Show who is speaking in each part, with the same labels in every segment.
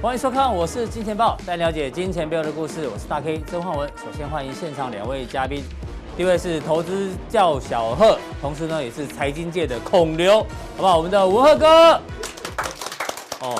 Speaker 1: 欢迎收看，我是金钱豹，带你了解金钱背后的故事。我是大 K 曾焕文。首先欢迎现场两位嘉宾，第一位是投资教小贺，同时呢也是财经界的孔刘，好不好？我们的文鹤哥。哦，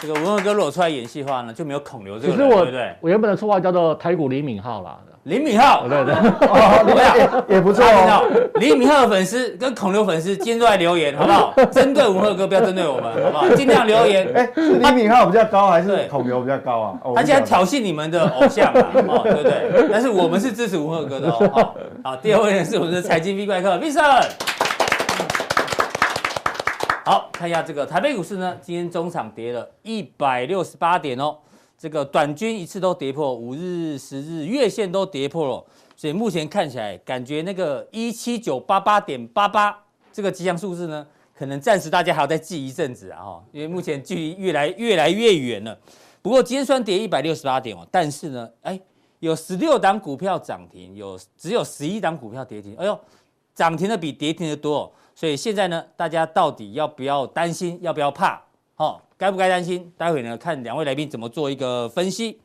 Speaker 1: 这个文鹤哥如果出来演戏的话呢，就没有孔刘这
Speaker 2: 其
Speaker 1: 个
Speaker 2: 实
Speaker 1: 人，
Speaker 2: 我
Speaker 1: 对不对？
Speaker 2: 我原本的绰号叫做台股李敏镐啦，
Speaker 1: 林敏镐，
Speaker 2: 对对，
Speaker 1: 哦，
Speaker 3: 也不
Speaker 1: 大家听到李敏镐的粉丝跟孔刘粉丝今天都来留言，好不好？针对文鹤哥，不要针对我们，好不好？尽量留言。
Speaker 3: 哎，是李敏镐比较高还
Speaker 1: 对
Speaker 3: 是孔刘比较高啊？哦
Speaker 1: 他竟然，挑衅你们的偶像啊，哦，对不对？但是我们是支持吴赫哥的哦。好、好，第二位呢是我们的财经 V 怪客 Vincent。好，看一下这个台北股市呢，今天中场跌了一百六十八点哦，这个短均一次都跌破，五日、十日、月线都跌破了，所以目前看起来感觉那个一七九八八点八八这个吉祥数字呢，可能暂时大家还要再记一阵子啊，哈，因为目前距离越来越来越远了。不过今天虽然跌一百六十八点哦，但是呢，哎，有十六档股票涨停，有只有十一档股票跌停。哎呦，涨停的比跌停的多、哦，所以现在呢，大家到底要不要担心，要不要怕？哦，该不该担心？待会呢，看两位来宾怎么做一个分析。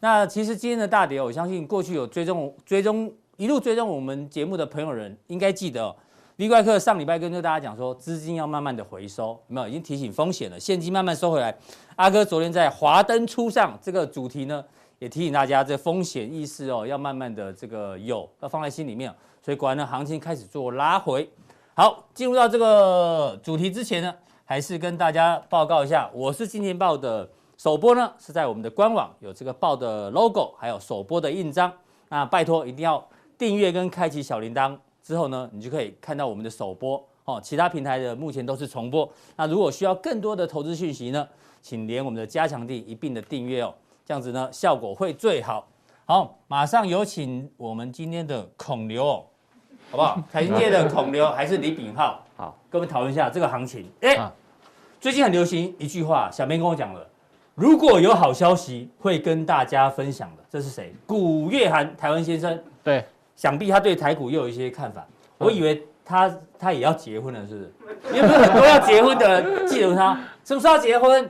Speaker 1: 那其实今天的大跌哦，我相信过去有追踪追踪一路追踪我们节目的朋友人，应该记得、哦。V 怪客上礼拜跟大家讲说，资金要慢慢的回收，有没有？已经提醒风险了，现金慢慢收回来。阿哥昨天在华灯初上这个主题呢，也提醒大家这风险意识哦，要慢慢的这个有，要放在心里面。所以果然呢，行情开始做拉回。好，进入到这个主题之前呢，还是跟大家报告一下，我是金钱豹的首播呢，是在我们的官网有这个豹的 logo，还有首播的印章。那拜托一定要订阅跟开启小铃铛之后呢，你就可以看到我们的首播哦。其他平台的目前都是重播。哦那如果需要更多的投资讯息呢，请连我们的加强地一并的订阅哦，这样子呢效果会最好。好，马上有请我们今天的孔刘哦，好不好？财经界的孔刘还是李炳镐，
Speaker 2: 好，
Speaker 1: 跟我们讨论一下这个行情。哎、
Speaker 2: 啊
Speaker 1: 最近很流行一句话，小编跟我讲了。如果有好消息会跟大家分享的，这是谁？古月涵，台湾先生。
Speaker 2: 对，
Speaker 1: 想必他对台股又有一些看法。
Speaker 2: 嗯
Speaker 1: 我以为他他也要结婚了，是不是？ 因为不是很多要结婚的人记得他，什么时候要结婚？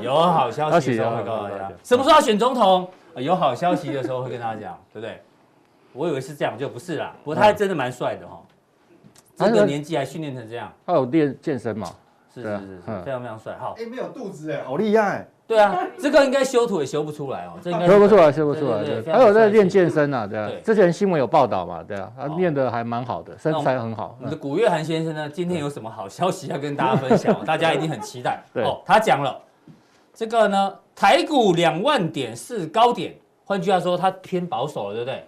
Speaker 1: 有好消息的时候会告诉大
Speaker 2: 要
Speaker 1: 家
Speaker 2: 结。
Speaker 1: 什么时候要选总统？呃有好消息的时候会跟大家
Speaker 2: 嗯
Speaker 1: 讲，对不对？我以为是这样，就不是啦。不过他还真的蛮帅的哈，这
Speaker 2: 嗯
Speaker 1: 个年纪还训练成这样，
Speaker 2: 他有练健身嘛？
Speaker 1: 是
Speaker 2: 对
Speaker 1: 是
Speaker 2: 啊
Speaker 1: 是是，
Speaker 2: 嗯
Speaker 1: 非常非常帅。好，
Speaker 3: 哎，没有肚子哎，好厉害。
Speaker 1: 对啊，这个应该修图也修不出来哦，这应该
Speaker 2: 啊说不出来，说不出来，
Speaker 1: 对对
Speaker 2: 对
Speaker 1: 对
Speaker 2: 他有在练健身啊，对啊
Speaker 1: 对，
Speaker 2: 之前新闻有报道嘛，对啊，他
Speaker 1: 好
Speaker 2: 练得还蛮好的，身材很好
Speaker 1: 我，们的古月涵先生呢，今天有什么好消息要跟大家分 享？大家一定很期待。
Speaker 2: 对
Speaker 1: 哦，他讲了，这个呢，台股两万点是高点，换句话说，他偏保守了，对不对？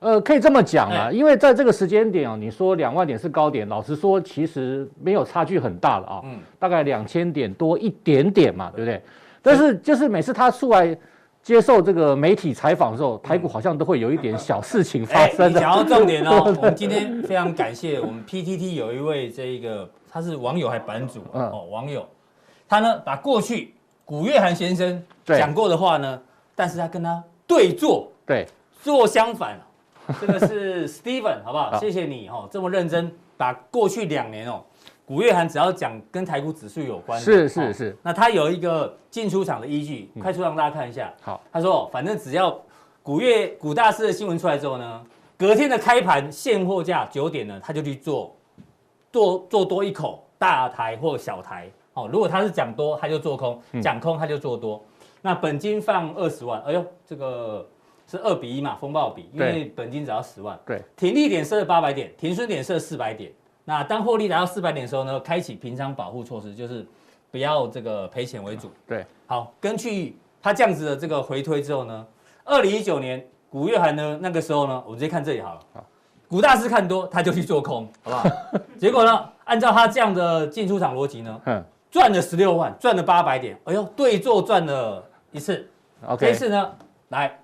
Speaker 2: 呃，可以这么讲啊，
Speaker 1: 哎
Speaker 2: 因为在这个时间点哦，你说两万点是高点，老实说，其实没有差距很大了啊，
Speaker 1: 嗯
Speaker 2: 大概两千点多一点点嘛，对不对？但是就是每次他出来接受这个媒体采访的时候，台股好像都会有一点小事情发
Speaker 1: 哎，
Speaker 2: 生
Speaker 1: 你
Speaker 2: 的。
Speaker 1: 讲到重点 哦，我们今天非常感谢我们 PTT 有一位这一个他是网友还版主、
Speaker 2: 嗯
Speaker 1: 哦，网友，他呢把过去古月涵先生
Speaker 2: 对
Speaker 1: 讲过的话呢，但是他跟他对坐，
Speaker 2: 对，
Speaker 1: 做相反，啊 这个是 Steven，好不好？
Speaker 2: 好
Speaker 1: 谢谢你哦，这么认真，把过去两年哦，古月涵只要讲跟台股指数有关的，
Speaker 2: 是是
Speaker 1: 哦
Speaker 2: 是嗯
Speaker 1: 那他有一个进出场的依据，快速让大家看一下。
Speaker 2: 好，
Speaker 1: 他说，反正只要古月古大师的新闻出来之后呢，隔天的开盘现货价九点呢，他就去做做做多一口大台或小台。哦，如果他是讲多，他就做空；讲空，他就做多。那本金放二十万，哎呦，这个是二比一嘛，风暴比，因
Speaker 2: 对
Speaker 1: 为本金只要十万。
Speaker 2: 对，
Speaker 1: 停利点设八百点，停损点设四百点。那当获利达到四百点的时候呢，开启平仓保护措施，就是不要这个赔钱为主。
Speaker 2: 对，
Speaker 1: 好，根据他这样子的这个回推之后呢，二零一九年古月涵呢那个时候呢，我们直接看这里好了。古大师看多，他就去做空， 好不好？结果呢，按照他这样的进出场逻辑呢，
Speaker 2: 哼
Speaker 1: 赚了十六万，赚了八百点，哎呦，对坐赚了一次。这一
Speaker 2: ，OK，
Speaker 1: 次呢，来，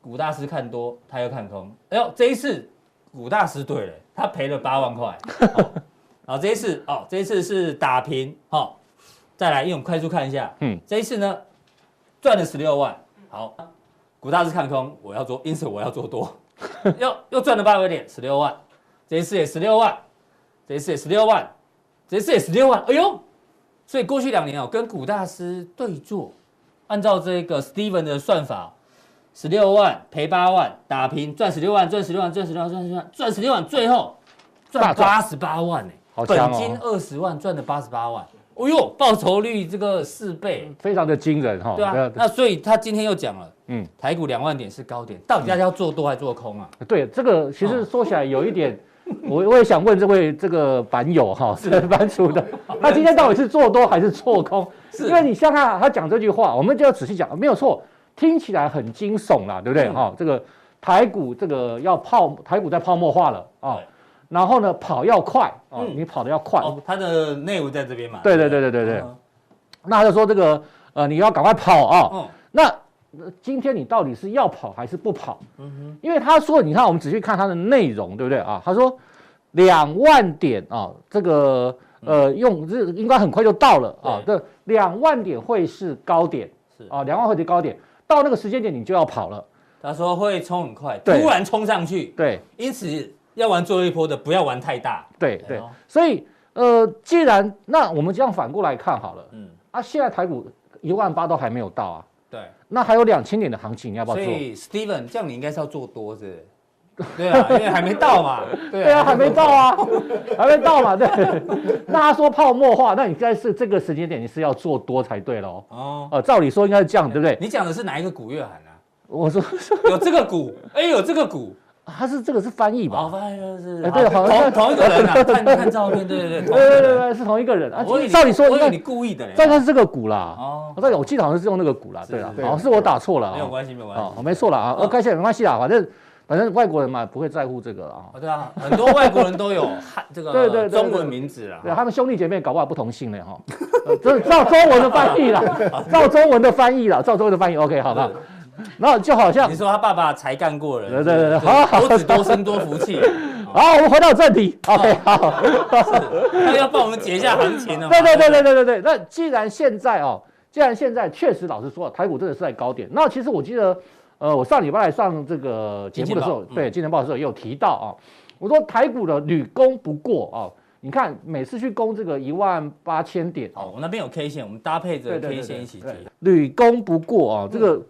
Speaker 1: 古大师看多，他又看空。哎呦，这一次古大师对了，他赔了八万块。 哦然后这一次哦，这一次是打平。好、哦，再来，因为我们快速看一下，嗯
Speaker 2: 嗯，
Speaker 1: 这一次呢赚了十六万。好，古大师看空，我要做，因此我要做多， 又又赚了八百点，十六万。这一次也十六万，这一次也十六万，这一次也十六万。哎呦，所以过去两年哦，跟股大师对坐，按照这个 Steven 的算法，十六万赔八万，打平赚十六万，赚十六万，赚十六万，赚十六万，赚十六万，最后赚
Speaker 2: 大
Speaker 1: 八
Speaker 2: 赚
Speaker 1: 十八万呢、
Speaker 2: 好
Speaker 1: 本
Speaker 2: 强哦
Speaker 1: 金二十万赚了八十八万，哦呦，报酬率这个四倍，
Speaker 2: 非常的惊人哈。
Speaker 1: 对啊，那所以他今天又讲了，
Speaker 2: 嗯，
Speaker 1: 台股两万点是高点，到底大家要做多还做空啊？
Speaker 2: 对，这个其实说起来有一点，我我也想问这位这个版友哈，是版主的， 他今天到底是做多还是做空？因为你像他他讲这句话，我们就要仔细讲，没有错，听起来很惊悚啦，对不对？
Speaker 1: 嗯
Speaker 2: 哈、这个台股这个要泡台股在泡沫化了啊、
Speaker 1: 对
Speaker 2: 然后呢跑要快啊、
Speaker 1: 嗯
Speaker 2: 你跑得要快，
Speaker 1: 哦，他的内务在这边嘛。
Speaker 2: 对对
Speaker 1: 不
Speaker 2: 对对对对
Speaker 1: 嗯
Speaker 2: 那他就说这个呃你要赶快跑啊、
Speaker 1: 嗯
Speaker 2: 那呃今天你到底是要跑还是不跑？
Speaker 1: 嗯
Speaker 2: 因为他说，你看我们仔细看他的内容，对不对啊？他说两万点啊，这个
Speaker 1: 嗯
Speaker 2: 呃用这应该很快就到了啊。这两万点会是高点，
Speaker 1: 是
Speaker 2: 啊，两万会是高点，到那个时间点你就要跑了，
Speaker 1: 他说会冲很快，突
Speaker 2: 对
Speaker 1: 然冲上去，
Speaker 2: 对
Speaker 1: 因此要玩最后一波的不要玩太大。
Speaker 2: 对
Speaker 1: 哎
Speaker 2: 对
Speaker 1: 呦，
Speaker 2: 所以呃，既然那我们这样反过来看好了
Speaker 1: 嗯，
Speaker 2: 啊，现在台股一万八都还没有到啊，
Speaker 1: 对，
Speaker 2: 那还有两千点的行情，你要不要
Speaker 1: 所
Speaker 2: 做？
Speaker 1: 以 Steven 这样你应该是要做多是不是？ 对啊，因为还没到嘛。
Speaker 2: 对啊，还没到啊，还没到嘛，对。 那他说泡沫化，那你该是这个时间点你是要做多才对喽。
Speaker 1: 哦，
Speaker 2: 呃，照理说应该是这样，对不对？
Speaker 1: 你讲的是哪一个股月 涵啊？
Speaker 2: 我说
Speaker 1: 有这个股，哎，有这个股，
Speaker 2: 他是这个是翻译
Speaker 1: 好，
Speaker 2: 吧？
Speaker 1: 发现是
Speaker 2: 嗯哎对好
Speaker 1: 同
Speaker 2: 像
Speaker 1: 同一个人啊， 看看照片，对对对，同一
Speaker 2: 对
Speaker 1: 个
Speaker 2: 对对
Speaker 1: 人。
Speaker 2: 对，是同一个人啊
Speaker 1: 我以为。你
Speaker 2: 照理说
Speaker 1: 我
Speaker 2: 应
Speaker 1: 以为
Speaker 2: 该
Speaker 1: 你故意的嘞。
Speaker 2: 大概是这个股啦。
Speaker 1: 哦
Speaker 2: 哦，对，我记得好像是用那个股啦，
Speaker 1: 是
Speaker 2: 对啦啊
Speaker 1: 是，
Speaker 2: 好像是我打错了
Speaker 1: 没有
Speaker 2: 啊。
Speaker 1: 关系，没有关
Speaker 2: 哦，
Speaker 1: 系，
Speaker 2: 好没错了啊
Speaker 1: 嗯
Speaker 2: ，OK，现在没关系啦，反正反正外国人嘛不会在乎这个啊。
Speaker 1: 哦，对啊，很多外国人都 有汉这个
Speaker 2: 对对对对
Speaker 1: 中文名字啊。
Speaker 2: 对他们兄弟姐妹搞不好不同姓嘞哈， 呃这照中文的翻译 啦，照中文的翻译啦，照中文的翻译，OK，好不好？然后就好像
Speaker 1: 你说他爸爸才干过人，
Speaker 2: 对对对对
Speaker 1: 是
Speaker 2: 好好
Speaker 1: 多子多孙多福 气，
Speaker 2: 好，我们回到正题，OK，好，
Speaker 1: 他要帮我们解一下行情啊了嘛。
Speaker 2: 对对对对对对对。那既然现在哦，既然现在确实老实说，台股真的是在高点。那其实我记得，呃，我上礼拜上这个节目的时候
Speaker 1: 经济，报
Speaker 2: 对《金钱嗯报》的时候也有提到啊，我说台股的屡攻不过啊，你看每次去攻这个一万八千点哦
Speaker 1: 好，我那边有 K 线，我们搭配着
Speaker 2: 对对
Speaker 1: K
Speaker 2: 对
Speaker 1: 线
Speaker 2: 对
Speaker 1: 一起
Speaker 2: 对
Speaker 1: 解。
Speaker 2: 屡攻不过啊，这个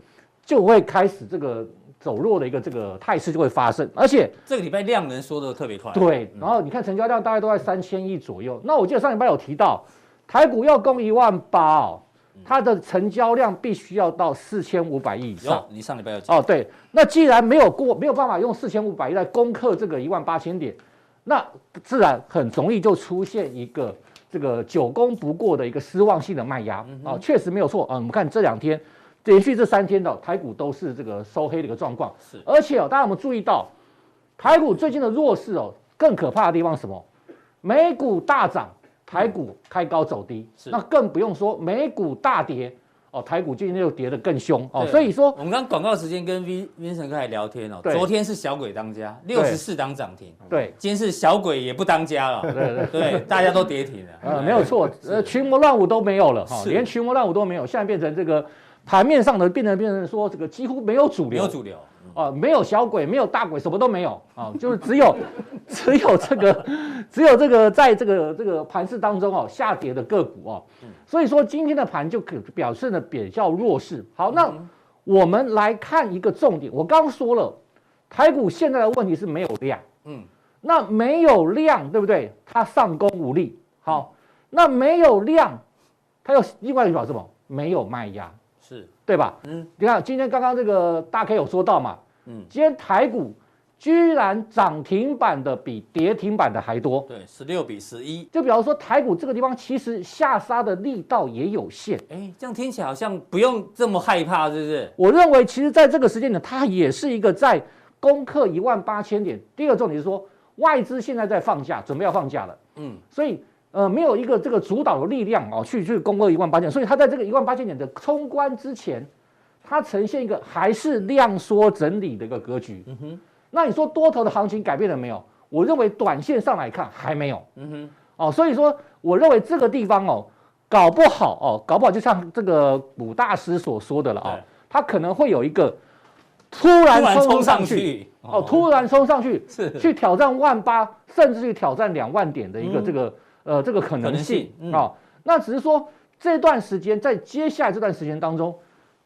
Speaker 2: 就会开始这个走弱的一个这个态势就会发生，而且
Speaker 1: 这个礼拜量能缩的特别快，
Speaker 2: 对，然后你看成交量大概都在三千亿左右。那我记得上礼拜有提到，台股要攻一万八哦，它的成交量必须要到四千五百亿以上
Speaker 1: 有。你上礼拜有讲，
Speaker 2: 哦，对，那既然没有过，没有办法用四千五百亿来攻克这个一万八千点，那自然很容易就出现一个这个久攻不过的一个失望性的卖压
Speaker 1: 嗯
Speaker 2: 啊，确实没有错啊。我们看这两天连续这三天的、台股都是这个收黑的一个状况，
Speaker 1: 是
Speaker 2: 而且哦，大家有没有注意到台股最近的弱势哦？更可怕的地方是什么？美股大涨，台股开高走
Speaker 1: 嗯
Speaker 2: 低，
Speaker 1: 是
Speaker 2: 那更不用说美股大跌哦，台股今天又跌得更凶哦，
Speaker 1: 对
Speaker 2: 所以说。
Speaker 1: 我们刚广告时间跟 V Vincent 哥还聊天哦，
Speaker 2: 对
Speaker 1: 昨天是小鬼当家，六十四档涨停，
Speaker 2: 对，
Speaker 1: 今天是小鬼也不当家了，
Speaker 2: 对对
Speaker 1: 对，大家都跌停了，
Speaker 2: 呃，没有错，呃，群魔乱舞都没有了哈，
Speaker 1: 哎是
Speaker 2: 连群魔乱舞都没有，现在变成这个盘面上的变成变成说这个几乎没有主流，
Speaker 1: 没有主流，
Speaker 2: 啊，没有小鬼，没有大鬼，什么都没有啊，就是只有 只有这个只有这个在这个这个盘市当中哦下跌的个股哦，所以说今天的盘就可表现的比较弱势。好，那我们来看一个重点，我刚说了，台股现在的问题是没有量，
Speaker 1: 嗯
Speaker 2: 嗯，那没有量对不对？它上攻无力，好，那没有量，它又另外一个表示什么？没有卖压，
Speaker 1: 是
Speaker 2: 对吧？
Speaker 1: 嗯
Speaker 2: 嗯，你看今天刚刚这个大 K 有说到嘛，
Speaker 1: 嗯
Speaker 2: 嗯，今天台股居然涨停板的比跌停板的还多，
Speaker 1: 对，十六比十一，
Speaker 2: 就比方说台股这个地方其实下杀的力道也有限。
Speaker 1: 哎，这样听起来好像不用这么害怕，是不是？
Speaker 2: 我认为其实在这个时间点，它也是一个在攻克一万八千点。第二个重点是说，外资现在在放假，准备要放假了，
Speaker 1: 嗯
Speaker 2: 嗯，所以。呃，没有一个这个主导的力量哦，去去攻克一万八千，所以它在这个一万八千点的冲关之前，它呈现一个还是量缩整理的一个格局。嗯哼，那你说多头的行情改变了没有？我认为短线上来看还没有。
Speaker 1: 嗯哼，
Speaker 2: 哦，所以说我认为这个地方哦，搞不好哦，搞不好就像这个古大师所说的了哦
Speaker 1: 对，
Speaker 2: 他可能会有一个突
Speaker 1: 突
Speaker 2: 然
Speaker 1: 然
Speaker 2: 冲
Speaker 1: 冲
Speaker 2: 上
Speaker 1: 上
Speaker 2: 去，
Speaker 1: 去，
Speaker 2: 哦，突然冲上去，
Speaker 1: 是
Speaker 2: 去挑战万八，甚至去挑战两万点的一个这个、呃这个
Speaker 1: 嗯
Speaker 2: 可
Speaker 1: 可能
Speaker 2: 能性
Speaker 1: 性嗯
Speaker 2: 哦。那只是说这段时间，在接下来这段时间当中，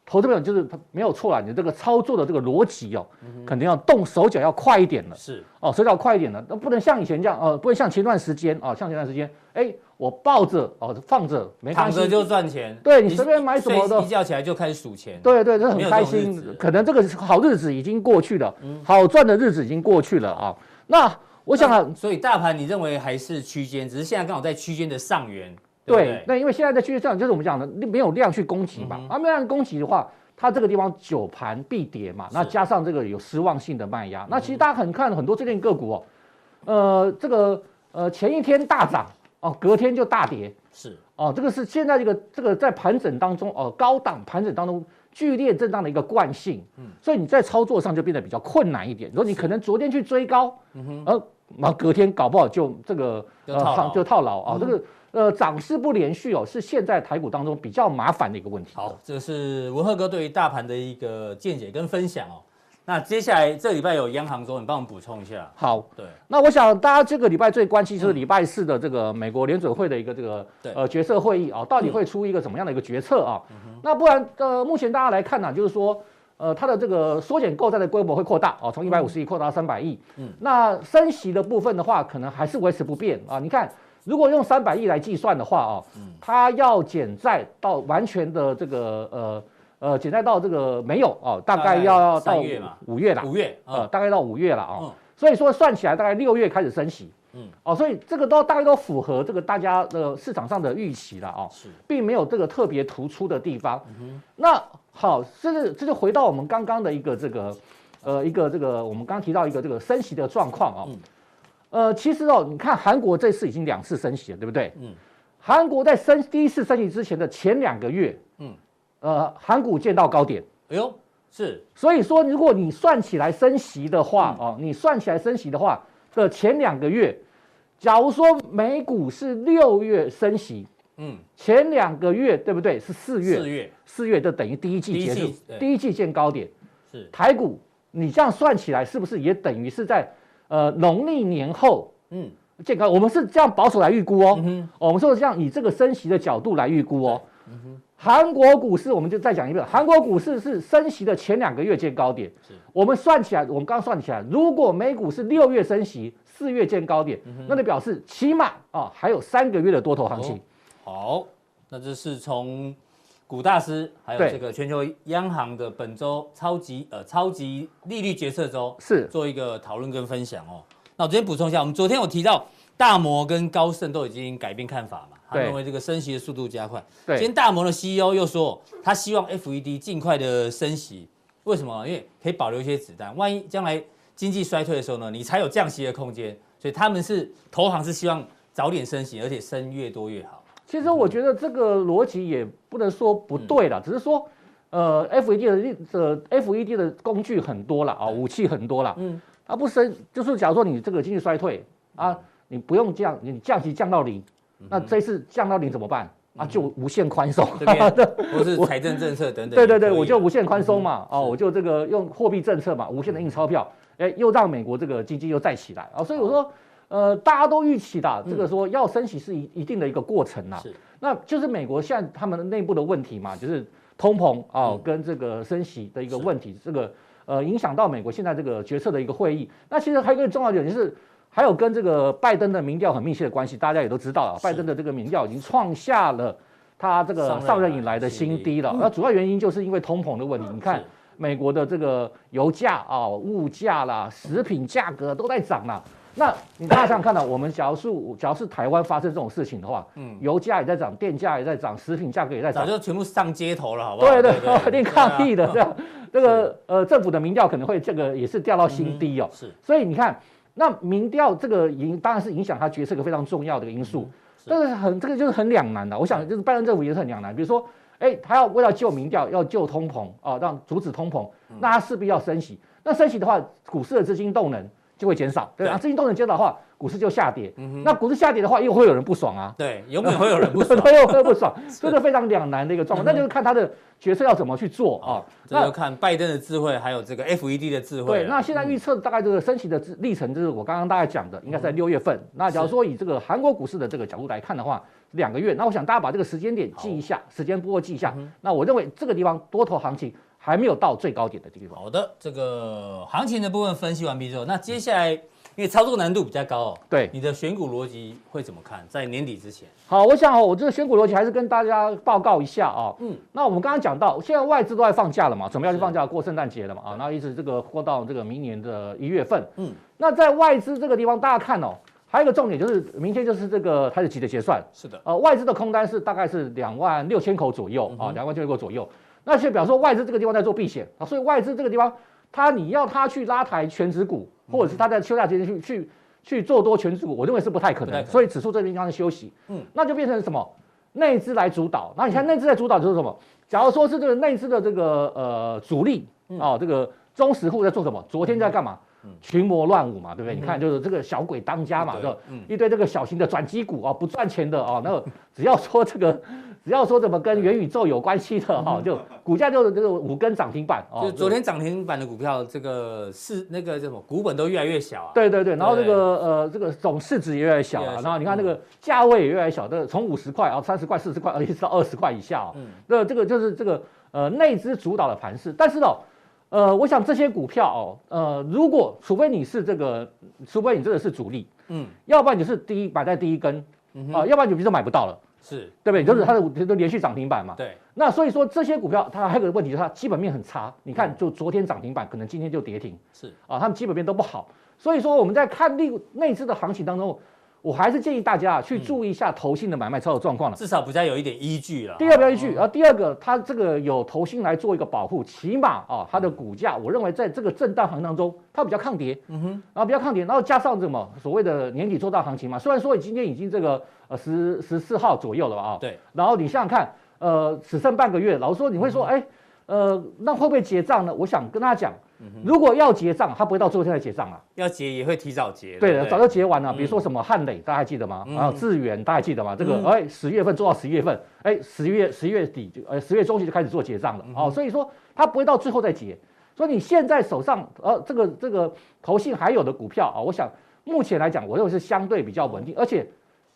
Speaker 2: 投资朋友就是没有错啦，你这个操作的这个逻辑哦，
Speaker 1: 嗯
Speaker 2: 肯定要动手脚要快一点了。
Speaker 1: 是
Speaker 2: 哦，手脚快一点了，那不能像以前这样哦，不能像前段时间哦，像前段时间，哎，我抱着哦放着没
Speaker 1: 躺
Speaker 2: 关
Speaker 1: 着
Speaker 2: 系，
Speaker 1: 就赚钱，
Speaker 2: 对你随便买什么
Speaker 1: 睡
Speaker 2: 都
Speaker 1: 一觉起来就开始数钱，，
Speaker 2: 对对，这很
Speaker 1: 没有
Speaker 2: 开
Speaker 1: 这种日
Speaker 2: 心
Speaker 1: 子。嗯
Speaker 2: 可能这个好日子已经过去了，好赚的日子已经过去了啊。那我想啊，
Speaker 1: 所以大盘你认为还是区间，只是现在刚好在区间的上缘，对不
Speaker 2: 对
Speaker 1: 对，？嗯
Speaker 2: 那因为现在在区域市场就是我们讲的没有量去攻击嘛，啊，没有量攻击的话，它这个地方九盘必跌嘛，那
Speaker 1: 是嗯
Speaker 2: 加上这个有失望性的卖压，那其实大家很看很多最近个股哦，呃，这个呃前一天大涨哦，隔天就大跌
Speaker 1: 是
Speaker 2: 哦，这个是现在这个这个在盘整当中哦，高档盘整当中剧烈震荡的一个惯性，
Speaker 1: 嗯
Speaker 2: 所以你在操作上就变得比较困难一点。你说你可能昨天去追高，呃，然后隔天搞不好就这个
Speaker 1: 嗯就套牢嗯
Speaker 2: 上就套牢啊，这个呃涨势不连续哦，是现在台股当中比较麻烦的一个问题。
Speaker 1: 好，这是文赫哥对于大盘的一个见解跟分享哦。那接下来这礼拜有央行周，你帮我们补充一下。
Speaker 2: 好，
Speaker 1: 对，
Speaker 2: 那我想大家这个礼拜最关心就是礼拜四的这个美国联准会的一个这个
Speaker 1: 嗯对
Speaker 2: 呃决策会议啊，到底会出一个怎么样的一个决策啊？
Speaker 1: 嗯
Speaker 2: 那不然呃，目前大家来看呢、就是说。呃，它的这个缩减购债的规模会扩大哦，从一百五十亿扩大到三百亿。
Speaker 1: 嗯
Speaker 2: 嗯，那升息的部分的话，可能还是维持不变啊。你看，如果用三百亿来计算的话哦，
Speaker 1: 嗯
Speaker 2: 它要减债到完全的这个呃呃减债到这个没有哦，大概
Speaker 1: 大概
Speaker 2: 要到
Speaker 1: 三月嘛
Speaker 2: 五月啦，
Speaker 1: 五月
Speaker 2: 呃，
Speaker 1: 啊，
Speaker 2: 大概到五月了啊、
Speaker 1: 嗯
Speaker 2: 所以说算起来大概六月开始升息，
Speaker 1: 嗯
Speaker 2: 嗯，哦，所以这个都大概都符合这个大家的市场上的预期了哦，
Speaker 1: 是嗯
Speaker 2: 并没有这个特别突出的地方。那好，这是这就回到我们刚刚的一个这个，呃，一个这个我们刚刚提到一个这个升息的状况哦
Speaker 1: 嗯，
Speaker 2: 呃，其实哦，你看韩国这次已经两次升息了，对不对？
Speaker 1: 嗯
Speaker 2: 嗯，韩国在升第一次升息之前的前两个月，
Speaker 1: 嗯
Speaker 2: 嗯，呃，韩股见到高点。
Speaker 1: 哎呦，是
Speaker 2: 所以说，如果你算起来升息的话，
Speaker 1: 嗯
Speaker 2: 哦，你算起来升息的话的前两个月，假如说美股是六月升息，
Speaker 1: 嗯，
Speaker 2: 前两个月对不对？是
Speaker 1: 四
Speaker 2: 四月，
Speaker 1: 月
Speaker 2: 四月就等于第一季结
Speaker 1: 第一
Speaker 2: 束
Speaker 1: 季对，
Speaker 2: 第一季见高点。
Speaker 1: 是
Speaker 2: 台股你这样算起来，是不是也等于是在呃农历年后
Speaker 1: 嗯
Speaker 2: 见高？我们是这样保守来预估哦，
Speaker 1: 嗯哼嗯
Speaker 2: 哦我们说这样以这个升息的角度来预估哦。韩国股市，我们就再讲一遍，韩国股市是升息的前两个月见高点
Speaker 1: 是，
Speaker 2: 我们算起来，我们刚算起来，如果美股是六月升息，四月见高点，
Speaker 1: 嗯
Speaker 2: 那就表示起码啊还有三个月的多头行情。
Speaker 1: 哦好，那这是从古大师还有
Speaker 2: 对
Speaker 1: 这个全球央行的本周超级呃超级利率决策周
Speaker 2: 是
Speaker 1: 做一个讨论跟分享哦。那我这边补充一下，我们昨天有提到大摩跟高盛都已经改变看法嘛，他
Speaker 2: 对
Speaker 1: 认为这个升息的速度加快。
Speaker 2: 对
Speaker 1: 今天大摩的 CEO 又说，他希望 FED 尽快的升息，为什么？因为可以保留一些子弹，万一将来经济衰退的时候呢，你才有降息的空间。所以他们是投行是希望早点升息，而且升越多越好。
Speaker 2: 其实我觉得这个逻辑也不能说不对了，只是说，呃，FED 的例呃 FED 的工具很多了啊，武器很多了，
Speaker 1: 嗯
Speaker 2: 嗯，啊不升，就是假如说你这个经济衰退啊，你不用降，你降息降到零，那这次降到零怎么办？啊，就无限宽松，
Speaker 1: 这边或是财政政策等等也可以
Speaker 2: 对
Speaker 1: 啊。
Speaker 2: 对对，我就无限宽松嘛，
Speaker 1: 嗯
Speaker 2: 哦，
Speaker 1: 是嗯
Speaker 2: 我就这个用货币政策嘛，无限的印钞票，哎，又让美国这个经济又再起来啊、所以我说，呃，大家都预期的啊，这个说要升息是一一定的一个过程啦、
Speaker 1: 嗯是
Speaker 2: 那就是美国现在他们的内部的问题嘛，就是通膨啊、
Speaker 1: 嗯
Speaker 2: 跟这个升息的一个
Speaker 1: 是
Speaker 2: 问题，这个呃影响到美国现在这个决策的一个会议。那其实还有一个重要点就是。还有跟这个拜登的民调很密切的关系，大家也都知道啊。
Speaker 1: 是
Speaker 2: 拜登的这个民调已经创下了他这
Speaker 1: 上
Speaker 2: 个
Speaker 1: 任
Speaker 2: 上任
Speaker 1: 以
Speaker 2: 以
Speaker 1: 来
Speaker 2: 来
Speaker 1: 的
Speaker 2: 的
Speaker 1: 新
Speaker 2: 新
Speaker 1: 低
Speaker 2: 低了。那主要原因就是因为通膨的问题。你看，美国的这个油价啊、物价啦、食品价格都在涨啦。那你大家想想看呢、啊我们假如是假如是台湾发生这种事情的话，
Speaker 1: 嗯
Speaker 2: 嗯，油价也在涨，电价也在涨，食品价格也在
Speaker 1: 早
Speaker 2: 涨，
Speaker 1: 就全部上街头了，好不好？
Speaker 2: 对对，肯定抗议的这
Speaker 1: 哦对啊
Speaker 2: 样。这个呃，政府的民调可能会这个也是掉到新低哦。
Speaker 1: 是
Speaker 2: 所以你看，那民调这个影当然是影响他决策一个非常重要的一个因素，
Speaker 1: 嗯是嗯
Speaker 2: 但是很这个就是很两难的。我想就是拜登政府也是很两难，比如说，哎，他要为了救民调，要救通膨啊，让阻止通膨，
Speaker 1: 嗯
Speaker 2: 那他势必要升息。那升息的话，股市的资金动能就会减少，对
Speaker 1: 对
Speaker 2: 啊，资金动能减少的话，股市就下跌。
Speaker 1: 嗯哼
Speaker 2: 那股市下跌的话，又会有人不爽啊，
Speaker 1: 对，永远会有人不 爽，
Speaker 2: 对又会不爽，这个非常两难的一个状况。那就是看他的决策要怎么去做啊。
Speaker 1: 这就看拜登的智慧，还有这个 FED 的智慧啊
Speaker 2: 对，
Speaker 1: 了。
Speaker 2: 那现在预测大概这个升息的历程，就是我刚刚大概讲的，应该在六月份。那假如说以这个韩国股市的这个角度来看的话，两个月。那我想大家把这个时间点记一下，时间波记一下。那我认为这个地方多头行情还没有到最高点的地方。
Speaker 1: 好的，这个行情的部分分析完毕之后，那接下来因为操作难度比较高哦，
Speaker 2: 对
Speaker 1: 你的选股逻辑会怎么看？在年底之前，
Speaker 2: 好，我想哦，我这个选股逻辑还是跟大家报告一下啊。
Speaker 1: 嗯
Speaker 2: 嗯，那我们刚刚讲到，现在外资都在放假了嘛，准备要去放假过圣诞节了嘛啊，那一直这个过到这个明年的一月份。
Speaker 1: 嗯
Speaker 2: 嗯，那在外资这个地方，大家看哦，还有一个重点就是明天就是这个开始急的结算。
Speaker 1: 是的，嗯
Speaker 2: 呃，外资的空单是大概是两万六千口左右啊，两万六千口左右。那就表示说外资这个地方在做避险啊，所以外资这个地方，它你要它去拉抬全指股，或者
Speaker 1: 嗯
Speaker 2: 是它在休假期间去去去做多全指股，我认为是不太
Speaker 1: 不太
Speaker 2: 可
Speaker 1: 可
Speaker 2: 能。
Speaker 1: 能
Speaker 2: 所以指数这个地方是休息，
Speaker 1: 嗯
Speaker 2: 嗯，那就变成什么内资来主导。那你看内资在主导就是什么？假如说是这个内资的这个呃主力
Speaker 1: 嗯
Speaker 2: 哦，这个中实户在做什么？昨天在干嘛？群魔乱舞嘛，对不对？你看就是这个小鬼当家嘛，
Speaker 1: 嗯对
Speaker 2: 对吧
Speaker 1: 嗯
Speaker 2: 一堆这个小型的转基股啊、不赚钱的啊、那个只要说这个，只要说怎么跟元宇宙有关系的哈、就股价就是这个五根涨停板啊。
Speaker 1: 就是昨天涨停板的股票，这个是那个叫什么股本都越来越小啊，，
Speaker 2: 对对对，然后这
Speaker 1: 对
Speaker 2: 个呃，这个总市值也越来越小
Speaker 1: 越来
Speaker 2: 了
Speaker 1: 越，小嗯
Speaker 2: 然后你看那个价位也越来越小，这个从五十块啊、三十块、四十块，呃一直到二十块以下哦
Speaker 1: 嗯。
Speaker 2: 那这个就是这个呃内资主导的盘势，但是呢，呃，我想这些股票哦，呃，如果除非你是这个，除非你真的是主力，
Speaker 1: 嗯，
Speaker 2: 要不然你是第一买在第一根
Speaker 1: 嗯哼
Speaker 2: 啊，要不然你就买不到了，
Speaker 1: 是，
Speaker 2: 对不对？就是它的都连续涨停板嘛。
Speaker 1: 对，
Speaker 2: 那所以说这些股票它还有个问题，就是它基本面很差。你
Speaker 1: 嗯
Speaker 2: 看，就昨天涨停板，可能今天就跌停
Speaker 1: 是，
Speaker 2: 啊，它们基本面都不好。所以说我们在看内内资的行情当中，我还是建议大家啊去注意一下投信的买卖操作状况了。
Speaker 1: 至少比较有一点依据了。
Speaker 2: 第二标依据，然后第二个，它这个有投信来做一个保护，起码啊，它的股价，我认为在这个震荡行情当中，它比较抗跌，嗯哼，然后比较抗跌，然后加上什么所谓的年底做大行情嘛，虽然说今天已经这个呃十十四号左右了吧啊，
Speaker 1: 对，
Speaker 2: 然后你想想看，呃，只剩半个月，老实说你会说，哎、呃，那会不会结账呢？我想跟大家讲，如果要结账，它不会到最后一天才结账啊，
Speaker 1: 要结也会提早结，
Speaker 2: 对嗯
Speaker 1: 不
Speaker 2: 的，早就结完了。比如说什么汉磊，大家还记得吗？
Speaker 1: 嗯
Speaker 2: 啊，致远，大家还记得吗？这个
Speaker 1: 嗯
Speaker 2: 哎，十月份做到十一月份，哎，十月十月底就呃十月中旬就开始做结账了。哦，所以说它不会到最后再结。所以你现在手上呃这个这个投信还有的股票啊，我想目前来讲，我认为是相对比较稳定，而且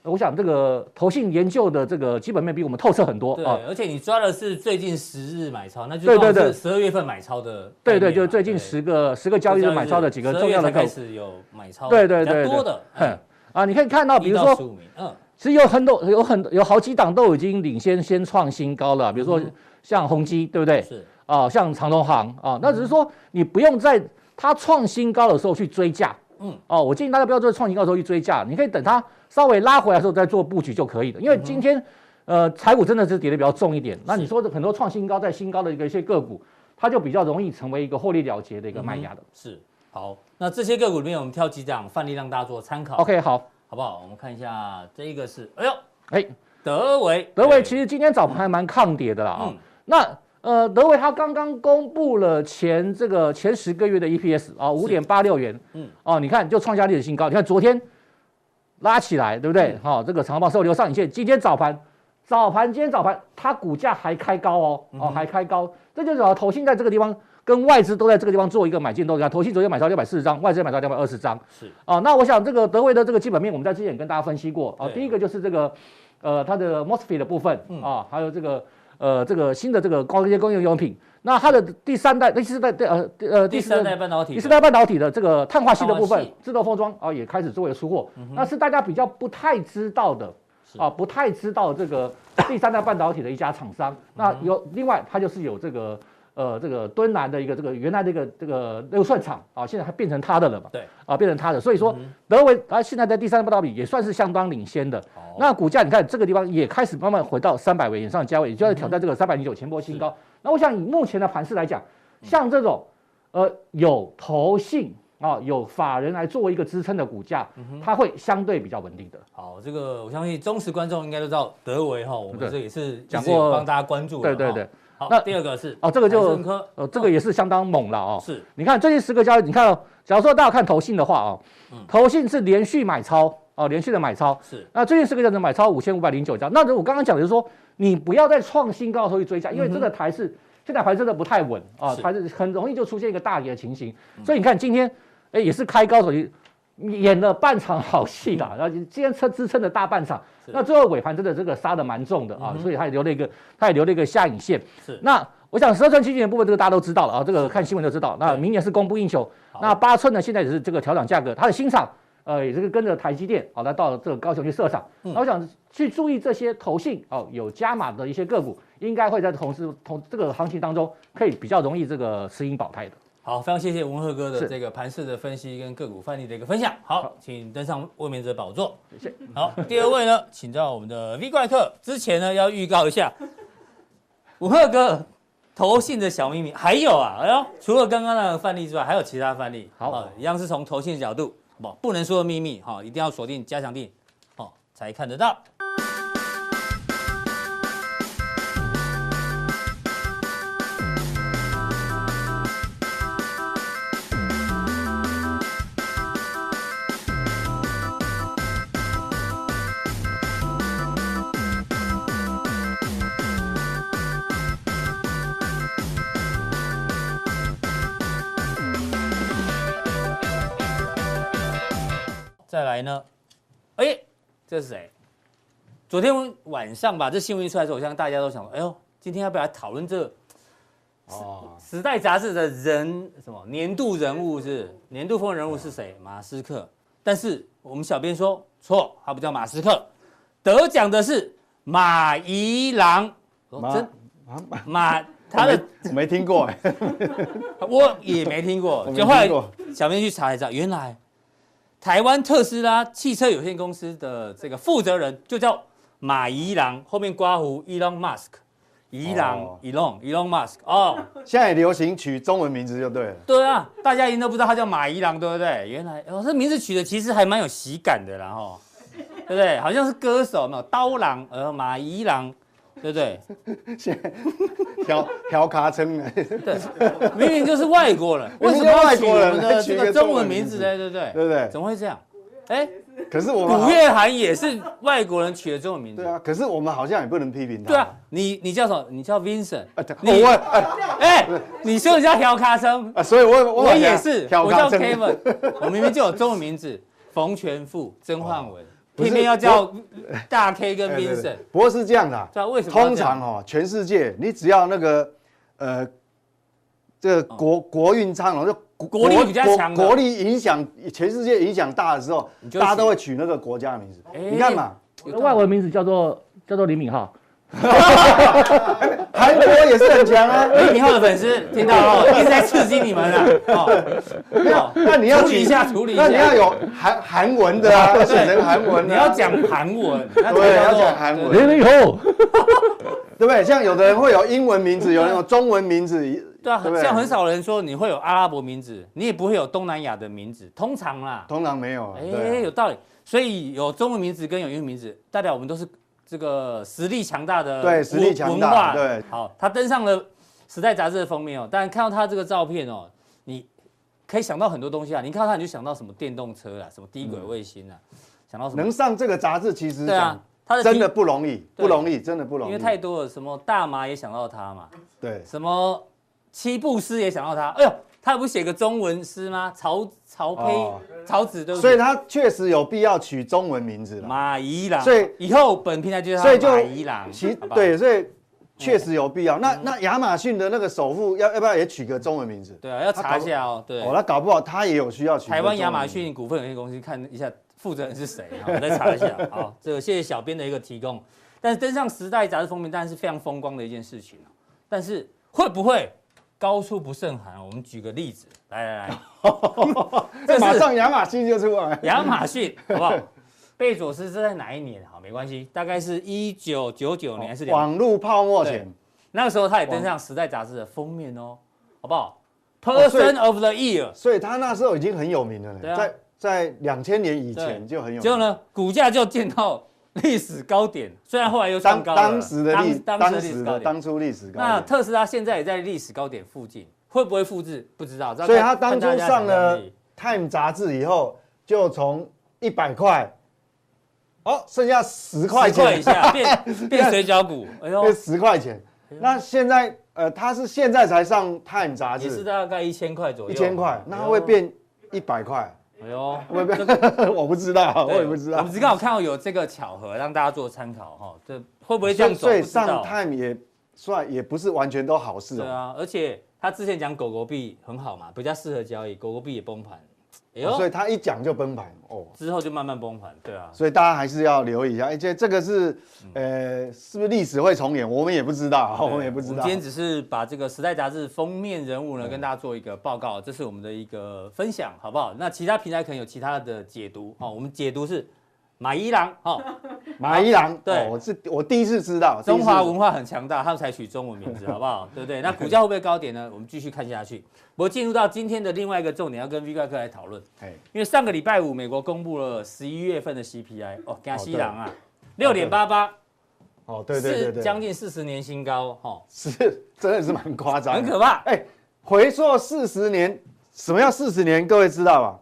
Speaker 2: 呃我想这个投信研究的这个基本面比我们透彻很多
Speaker 1: 对，
Speaker 2: 啊。
Speaker 1: 而且你抓的是最近十日买超，那就
Speaker 2: 对
Speaker 1: 刚好
Speaker 2: 对对
Speaker 1: 是十二月份买超的概
Speaker 2: 对
Speaker 1: 念嘛，
Speaker 2: 对，就是最近十个十个交易日买超的几个重要的
Speaker 1: 开
Speaker 2: 个
Speaker 1: 始有买超，
Speaker 2: 对对
Speaker 1: 比较
Speaker 2: 对对
Speaker 1: 多的，
Speaker 2: 哼啊，你可以看到，比如说
Speaker 1: 十五名，嗯，
Speaker 2: 其实有很多有很有好几档都已经领先先创新高了，比如说
Speaker 1: 嗯
Speaker 2: 像宏基，对不对？
Speaker 1: 是，
Speaker 2: 啊、像长隆行啊、那只是说你不用在它创新高的时候去追价。
Speaker 1: 嗯
Speaker 2: 嗯，哦，我建议大家不要在创新高的时候去追价，你可以等它稍微拉回来的时候再做布局就可以了。因为今天，呃，台股真的是跌的比较重一点。那你说的很多创新高在新高的一个一些个股，它就比较容易成为一个获利了结的一个卖压的。
Speaker 1: 是。好，那这些个股里面，我们挑几档范例让大家做参考
Speaker 2: OK，好，
Speaker 1: 好不好？我们看一下，这一个是，哎呦，
Speaker 2: 哎、
Speaker 1: 德维，
Speaker 2: 德维其实今天早盘还蛮抗跌的啦啊、
Speaker 1: 嗯
Speaker 2: 那呃，德维它刚刚公布了前这个前十个月的 EPS 啊，五点八六元，
Speaker 1: 嗯
Speaker 2: 嗯，哦，你看就创下历史新高。你看昨天拉起来，对不对？好、这个长方收留上影线，今天早盘早盘今天早盘它股价还开高哦，哦还开高，这就是啊，投信在这个地方跟外资都在这个地方做一个买进动作。你看投信昨天买超六百四十张，外资也买超两百二十张。
Speaker 1: 是
Speaker 2: 哦，那我想这个德维的这个基本面，我们在之前也跟大家分析过啊。
Speaker 1: 对嗯
Speaker 2: 第一个就是这个，呃，它的 MOSFET 的部分啊，还有这个呃这个新的这个高阶工业用品。那它的第三代、第四代、第呃第呃
Speaker 1: 第
Speaker 2: 第四
Speaker 1: 三
Speaker 2: 代
Speaker 1: 代半导体
Speaker 2: 第
Speaker 1: 的，
Speaker 2: 四代半导体的这个碳化系的部
Speaker 1: 碳
Speaker 2: 分
Speaker 1: 化系，嗯
Speaker 2: 自动封装啊也开始作为出货，那是大家比较不太知道的
Speaker 1: 是
Speaker 2: 啊，不太知道这个第三代半导体的一家厂商。
Speaker 1: 嗯
Speaker 2: 那有另外它就是有这个呃这个敦南的一个这个原来这个这个六算厂啊，现在还变成它的了嘛？
Speaker 1: 对
Speaker 2: 啊，变成它的，所以说
Speaker 1: 嗯
Speaker 2: 德维它现在在第三代半导体也算是相当领先的。
Speaker 1: 好，
Speaker 2: 那股价你看这个地方也开始慢慢回到三百元以上的价位，也就
Speaker 1: 嗯
Speaker 2: 要挑战这个三百零九前波新高。那我想以目前的盘势来讲，
Speaker 1: 嗯
Speaker 2: 像这种呃有投信啊有法人来作为一个支撑的股价，
Speaker 1: 嗯
Speaker 2: 它会相对比较稳定的。
Speaker 1: 好，这个我相信忠实观众应该都知道德维哈，我们
Speaker 2: 对
Speaker 1: 这也是
Speaker 2: 讲
Speaker 1: 一直有
Speaker 2: 过
Speaker 1: 帮大家关注的
Speaker 2: 对对
Speaker 1: 哈
Speaker 2: 对。
Speaker 1: 好
Speaker 2: 那，
Speaker 1: 第二个是
Speaker 2: 哦，这个
Speaker 1: 台
Speaker 2: 就
Speaker 1: 盛科
Speaker 2: 呃，这个也是相当猛了哦。
Speaker 1: 是
Speaker 2: 你看最近十个交易，你看哦，假如说大家看投信的话哦
Speaker 1: 嗯，
Speaker 2: 投信是连续买超哦，连续的买超。
Speaker 1: 是
Speaker 2: 那最近十个交易只买超五千五百零九张。那如我刚刚讲的就是说，你不要再创新高的时候去追加，因为这个台是、现在盘真的不太稳啊，
Speaker 1: 嗯是嗯
Speaker 2: 盘是很容易就出现一个大跌的情形。所以你看今天，哎，也是开高走低。演了半场好戏啦，然后今天撑支撑了大半场，
Speaker 1: 是嗯
Speaker 2: 那最后尾盘真的这个杀的蛮重的啊，所以他也留了一个，他也留了一个下影线。
Speaker 1: 是
Speaker 2: 那我想十二寸七寸的部分，这个大家都知道了啊，这个看新闻就知道。那
Speaker 1: 对
Speaker 2: 明年是供不应求
Speaker 1: 好，
Speaker 2: 那八寸呢，现在也是这个调整价格，它的新厂呃也是跟着台积电，好、那到了这个高雄去设厂。
Speaker 1: 嗯
Speaker 2: 那我想去注意这些投信哦，有加码的一些个股，应该会在同时同这个行情当中，可以比较容易这个持盈保泰的。
Speaker 1: 好，非常谢谢文赫哥的
Speaker 2: 是
Speaker 1: 这个盘势的分析跟个股范例的一个分享。好
Speaker 2: 好，
Speaker 1: 请登上卫冕者宝座。
Speaker 2: 谢谢。
Speaker 1: 好，第二位呢，请到我们的 V 怪客。之前呢，要预告一 下，文赫哥投信的小秘密，还有啊，哎呦，除了刚刚那个范例之外，还有其他范例。
Speaker 2: 好
Speaker 1: 哦一样是从投信的角度，不不能说的秘密哦哈、一定要锁定加强定哦才看得到。再来呢，哎、这是谁？昨天晚上吧，这新闻一出来之后，我相信大家都想说，哎呦，今天要不要来讨论这《
Speaker 2: 哦，
Speaker 1: 时代》杂志的人什么年度人物是年度风云人物是谁？马斯克。但是我们小编说错，他不叫马斯克，得奖的是马伊郎。我说
Speaker 3: 马
Speaker 1: 真
Speaker 3: 啊，
Speaker 1: 马他的
Speaker 3: 我没听过哎，
Speaker 1: 我也没听过
Speaker 3: 我，没
Speaker 1: 就后来
Speaker 3: 听过，
Speaker 1: 小编去查一下，原来台湾特斯拉汽车有限公司的这个负责人就叫马伊郎，后面刮胡 Elon Musk，伊郎、
Speaker 3: 哦
Speaker 1: Elon Elon Musk 哦，
Speaker 3: 现在也流行取中文名字就对了。
Speaker 1: 对啊，大家一定都不知道他叫马伊郎，对不对？原来哦，这名字取的其实还蛮有喜感的啦，哦，对不对？好像是歌手有没有刀郎，呃，马伊郎，对不对？
Speaker 3: 现在调调卡称，
Speaker 1: 对，明明就是外国人，为什么要取我们的这个中文名字呢？对不对？
Speaker 3: 对不对
Speaker 1: 怎？么会这样？哎，
Speaker 3: 可是我们
Speaker 1: 古
Speaker 3: 好
Speaker 1: 月涵也是外国人取的中文名字。
Speaker 3: 对啊，可是我们好像也不能批评他。
Speaker 1: 对啊，你你叫什么？你叫 Vincent。
Speaker 3: 啊，对
Speaker 1: 你
Speaker 3: 我啊
Speaker 1: 哎，你说人家调咖声，
Speaker 3: 啊，所以我
Speaker 1: 我也是，
Speaker 3: 调
Speaker 1: 我叫
Speaker 3: 卡称。
Speaker 1: Kevin，我明明就有中文名字，冯全富、曾焕文，
Speaker 3: 不是
Speaker 1: 偏偏要叫大 K 跟
Speaker 3: 哎对对
Speaker 1: Vincent
Speaker 3: 对。不过是这样的啊，
Speaker 1: 对啊，为什么要
Speaker 3: 通
Speaker 1: 这样
Speaker 3: 常哦，全世界你只要那个呃，这个国、国运昌隆，就国
Speaker 1: 哦国力比较强的
Speaker 3: 国国力影响全世界影响大的时候
Speaker 1: 你，就
Speaker 3: 大家
Speaker 1: 取
Speaker 3: 都会取那个国家的名字。
Speaker 1: 哎
Speaker 3: 你看嘛，
Speaker 1: 有
Speaker 2: 外文名字叫做叫做李敏镐，
Speaker 3: 韩国也是很 强啊。
Speaker 1: 李敏镐的粉丝听到了哦，一直在刺激你们啊！哦，
Speaker 3: 没有，那你要
Speaker 1: 处理
Speaker 3: 取
Speaker 1: 一下处理一下
Speaker 3: 那你要有韩韩文的啊，要选成韩文
Speaker 1: 你
Speaker 3: 的
Speaker 1: 要
Speaker 3: 啊、
Speaker 1: 讲韩文，那才
Speaker 3: 对
Speaker 1: 叫做
Speaker 3: 要讲韩文
Speaker 1: 对
Speaker 2: 李敏镐。
Speaker 3: 对不对？像有的人会有英文名字，有那种中文名字，
Speaker 1: 对啊，
Speaker 3: 对不对
Speaker 1: 像很少人说你会有阿拉伯名字，你也不会有东南亚的名字，通常啦，
Speaker 3: 通常没有啊。
Speaker 1: 哎、
Speaker 3: 对啊
Speaker 1: 有道理。所以有中文名字跟有英文名字，代表我们都是这个实力强大的
Speaker 3: 对实力
Speaker 1: 文
Speaker 3: 强
Speaker 1: 文化
Speaker 3: 大，对
Speaker 1: 好，他登上了《时代》杂志的封面哦，但看到他这个照片哦，你可以想到很多东西啊，你看到他你就想到什么电动车啊啦，什么低轨卫星啊，想到什么
Speaker 3: 嗯能上这个杂志，其实
Speaker 1: 对啊
Speaker 3: 讲，
Speaker 1: 他的
Speaker 3: 真的
Speaker 1: 低
Speaker 3: 不容易，
Speaker 1: 对
Speaker 3: 不容易，真的不容易。
Speaker 1: 因为太多了，什么大麻也想到他嘛，
Speaker 3: 对，
Speaker 1: 什么七步诗也想到他，哎呦，他不写个中文诗吗？曹曹丕、
Speaker 3: 哦
Speaker 1: 曹植对不
Speaker 3: 所
Speaker 1: 对？
Speaker 3: 以他确实有必要取中文名字了。
Speaker 1: 马伊郎，
Speaker 3: 所以
Speaker 1: 以后本平台就是他
Speaker 3: 所以就
Speaker 1: 马伊郎，
Speaker 3: 其
Speaker 1: 好不好，嗯
Speaker 3: 对，所以确实有必要。那那亚马逊的那个首富要要不要也取个中文名字？
Speaker 1: 对啊，要查一
Speaker 3: 他
Speaker 1: 下哦，对，
Speaker 3: 哦，那搞不好他也有需要取个
Speaker 1: 台湾亚
Speaker 3: 中文
Speaker 1: 马
Speaker 3: 名字。
Speaker 1: 逊股份有限公司看一下负责人是谁， 好我再查一下。好，这个谢谢小编的一个提供。但是登上《时代》杂志封面，当然是非常风光的一件事情哦但是会不会高处不胜寒？我们举个例子，来来 来，这
Speaker 3: 哎
Speaker 1: 是
Speaker 3: 马上亚马逊就出来。
Speaker 1: 亚马逊，好不好？贝佐斯是在哪一年？好，没关系，大概是一九九九年还是两
Speaker 3: 网络泡沫前，
Speaker 1: 那个时候他也登上《时代》杂志的封面哦，好不好
Speaker 3: 哦所以
Speaker 1: ？Person of the Year，
Speaker 3: 所以他那时候已经很有名了
Speaker 1: 对啊
Speaker 3: 呢。在在两千年以
Speaker 1: 对
Speaker 3: 前就很有名。
Speaker 1: 结果呢，股价就见到历史高点，虽然后来又创
Speaker 3: 当
Speaker 1: 高了
Speaker 3: 当时的历
Speaker 1: 当
Speaker 3: 当
Speaker 1: 时的历
Speaker 3: 时
Speaker 1: 史高
Speaker 3: 的
Speaker 1: 点。
Speaker 3: 当初历史
Speaker 1: 那
Speaker 3: 高点，
Speaker 1: 特斯拉现在也在历史高点附近，会不会复制？不知道。这要
Speaker 3: 所以
Speaker 1: 看
Speaker 3: 他当初
Speaker 1: 看大家想
Speaker 3: 上
Speaker 1: 象
Speaker 3: 了
Speaker 1: 力
Speaker 3: Time 杂志以后，就从一百块，哦，剩下十块
Speaker 1: 十
Speaker 3: 钱
Speaker 1: 一，下， 哎变变水饺股。哎呦
Speaker 3: 那，十块钱。那现在呃，他是现在才上 Time 杂
Speaker 1: 也是哎
Speaker 3: 志，
Speaker 1: 大概一千块左
Speaker 3: 一
Speaker 1: 右。
Speaker 3: 千块，那它会变一百块，
Speaker 1: 哎呦。
Speaker 3: 会不会？ 我不知道，我
Speaker 1: 对
Speaker 3: 也不知
Speaker 1: 我
Speaker 3: 道
Speaker 1: 们。只刚好看到有这个巧合，让大家做参考哈。这会不会这样
Speaker 3: 所以
Speaker 1: 走？
Speaker 3: 所以
Speaker 1: 不知
Speaker 3: 上
Speaker 1: 道。
Speaker 3: Time 也算也不是完全都好事
Speaker 1: 对
Speaker 3: 哦，
Speaker 1: 啊，而且他之前讲狗狗币很好嘛，比较适合交易，狗狗币也崩盘，哎呦，
Speaker 3: 哦所以他一讲就崩盘哦。
Speaker 1: 之后就慢慢崩盘，对啊，
Speaker 3: 所以大家还是要留意一下，而且这个是，呃，是不是历史会重演？我们也不知道，我们也不知
Speaker 1: 嗯我们
Speaker 3: 道嗯
Speaker 1: 今。天只是把这个《时代》杂志封面人物呢跟大家做一个报告，这是我们的一个分享，好不好？那其他平台可能有其他的解读哦，我们解读是马一郎哦，
Speaker 3: 马一郎，
Speaker 1: 对
Speaker 3: 哦我是我第一次知道，
Speaker 1: 中华文
Speaker 3: 化
Speaker 1: 化很强大，他们才取中文名字，好不 好？对不对？那股价会不会高点呢？我们继续看下去。不过进入到今天的另外一个重点，要跟 V 怪客来讨论。
Speaker 3: 哎，
Speaker 1: 因为上个礼拜五，美国公布了十一月份的 CPI，哦，加西郎啊，
Speaker 3: 对
Speaker 1: 六点八八，
Speaker 3: 哦，对对对
Speaker 1: 是
Speaker 3: 对，
Speaker 1: 将近四十年新高，哈、
Speaker 3: 是真的是蛮夸张的，
Speaker 1: 很可怕。
Speaker 3: 哎，回溯四十年，什么叫四十年？各位知道吧？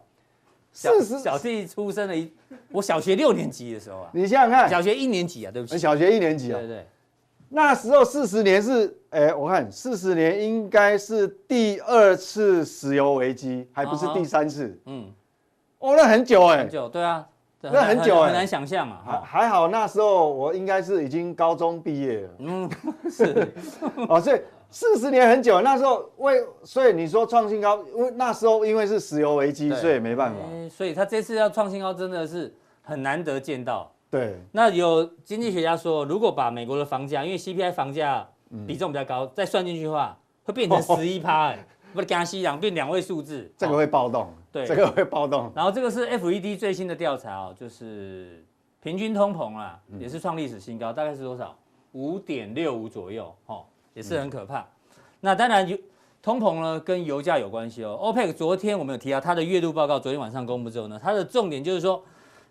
Speaker 1: 小
Speaker 3: 四十，
Speaker 1: 小弟出生了一，我小学六年级的时候啊，
Speaker 3: 你想想看，
Speaker 1: 小学一年级啊，对不起，
Speaker 3: 你小学一年级
Speaker 1: 对
Speaker 3: 啊
Speaker 1: 对，对，
Speaker 3: 那时候四十年是，哎，我看四十年应该是第二次石油危机，还不是
Speaker 1: 啊哈
Speaker 3: 第三次，
Speaker 1: 嗯，
Speaker 3: 哦，那很久哎
Speaker 1: 很，久，对啊，这
Speaker 3: 那很久哎
Speaker 1: 很难想象嘛，
Speaker 3: 还
Speaker 1: 哈、
Speaker 3: 还好那时候我应该是已经高中毕业了，
Speaker 1: 嗯，是，
Speaker 3: 哦，所以四十年很久，那时候为所以你说创新高，因为那时候因为是石油危机，
Speaker 1: 对
Speaker 3: 所以没办法。
Speaker 1: 哎所以他这次要创新高，真的是很难得见到。
Speaker 3: 对，
Speaker 1: 那有经济学家说，如果把美国的房价，因为 CPI 房价
Speaker 3: 嗯
Speaker 1: 比重比较高，再算进去的话，会变成十一趴，哎，不是加西两变两位数字。
Speaker 3: 这个
Speaker 1: 哦
Speaker 3: 会暴动，
Speaker 1: 对
Speaker 3: 这个会暴动。
Speaker 1: 然后这个是 FED 最新的调查哦，就是平均通膨啊，
Speaker 3: 嗯
Speaker 1: 也是创历史新高，大概是多少？五点六五左右，哦，也是很可怕。
Speaker 3: 嗯
Speaker 1: 那当然有通膨呢，跟油价有关系哦。OPEC 昨天我们有提到它的月度报告，昨天晚上公布之后呢，它的重点就是说，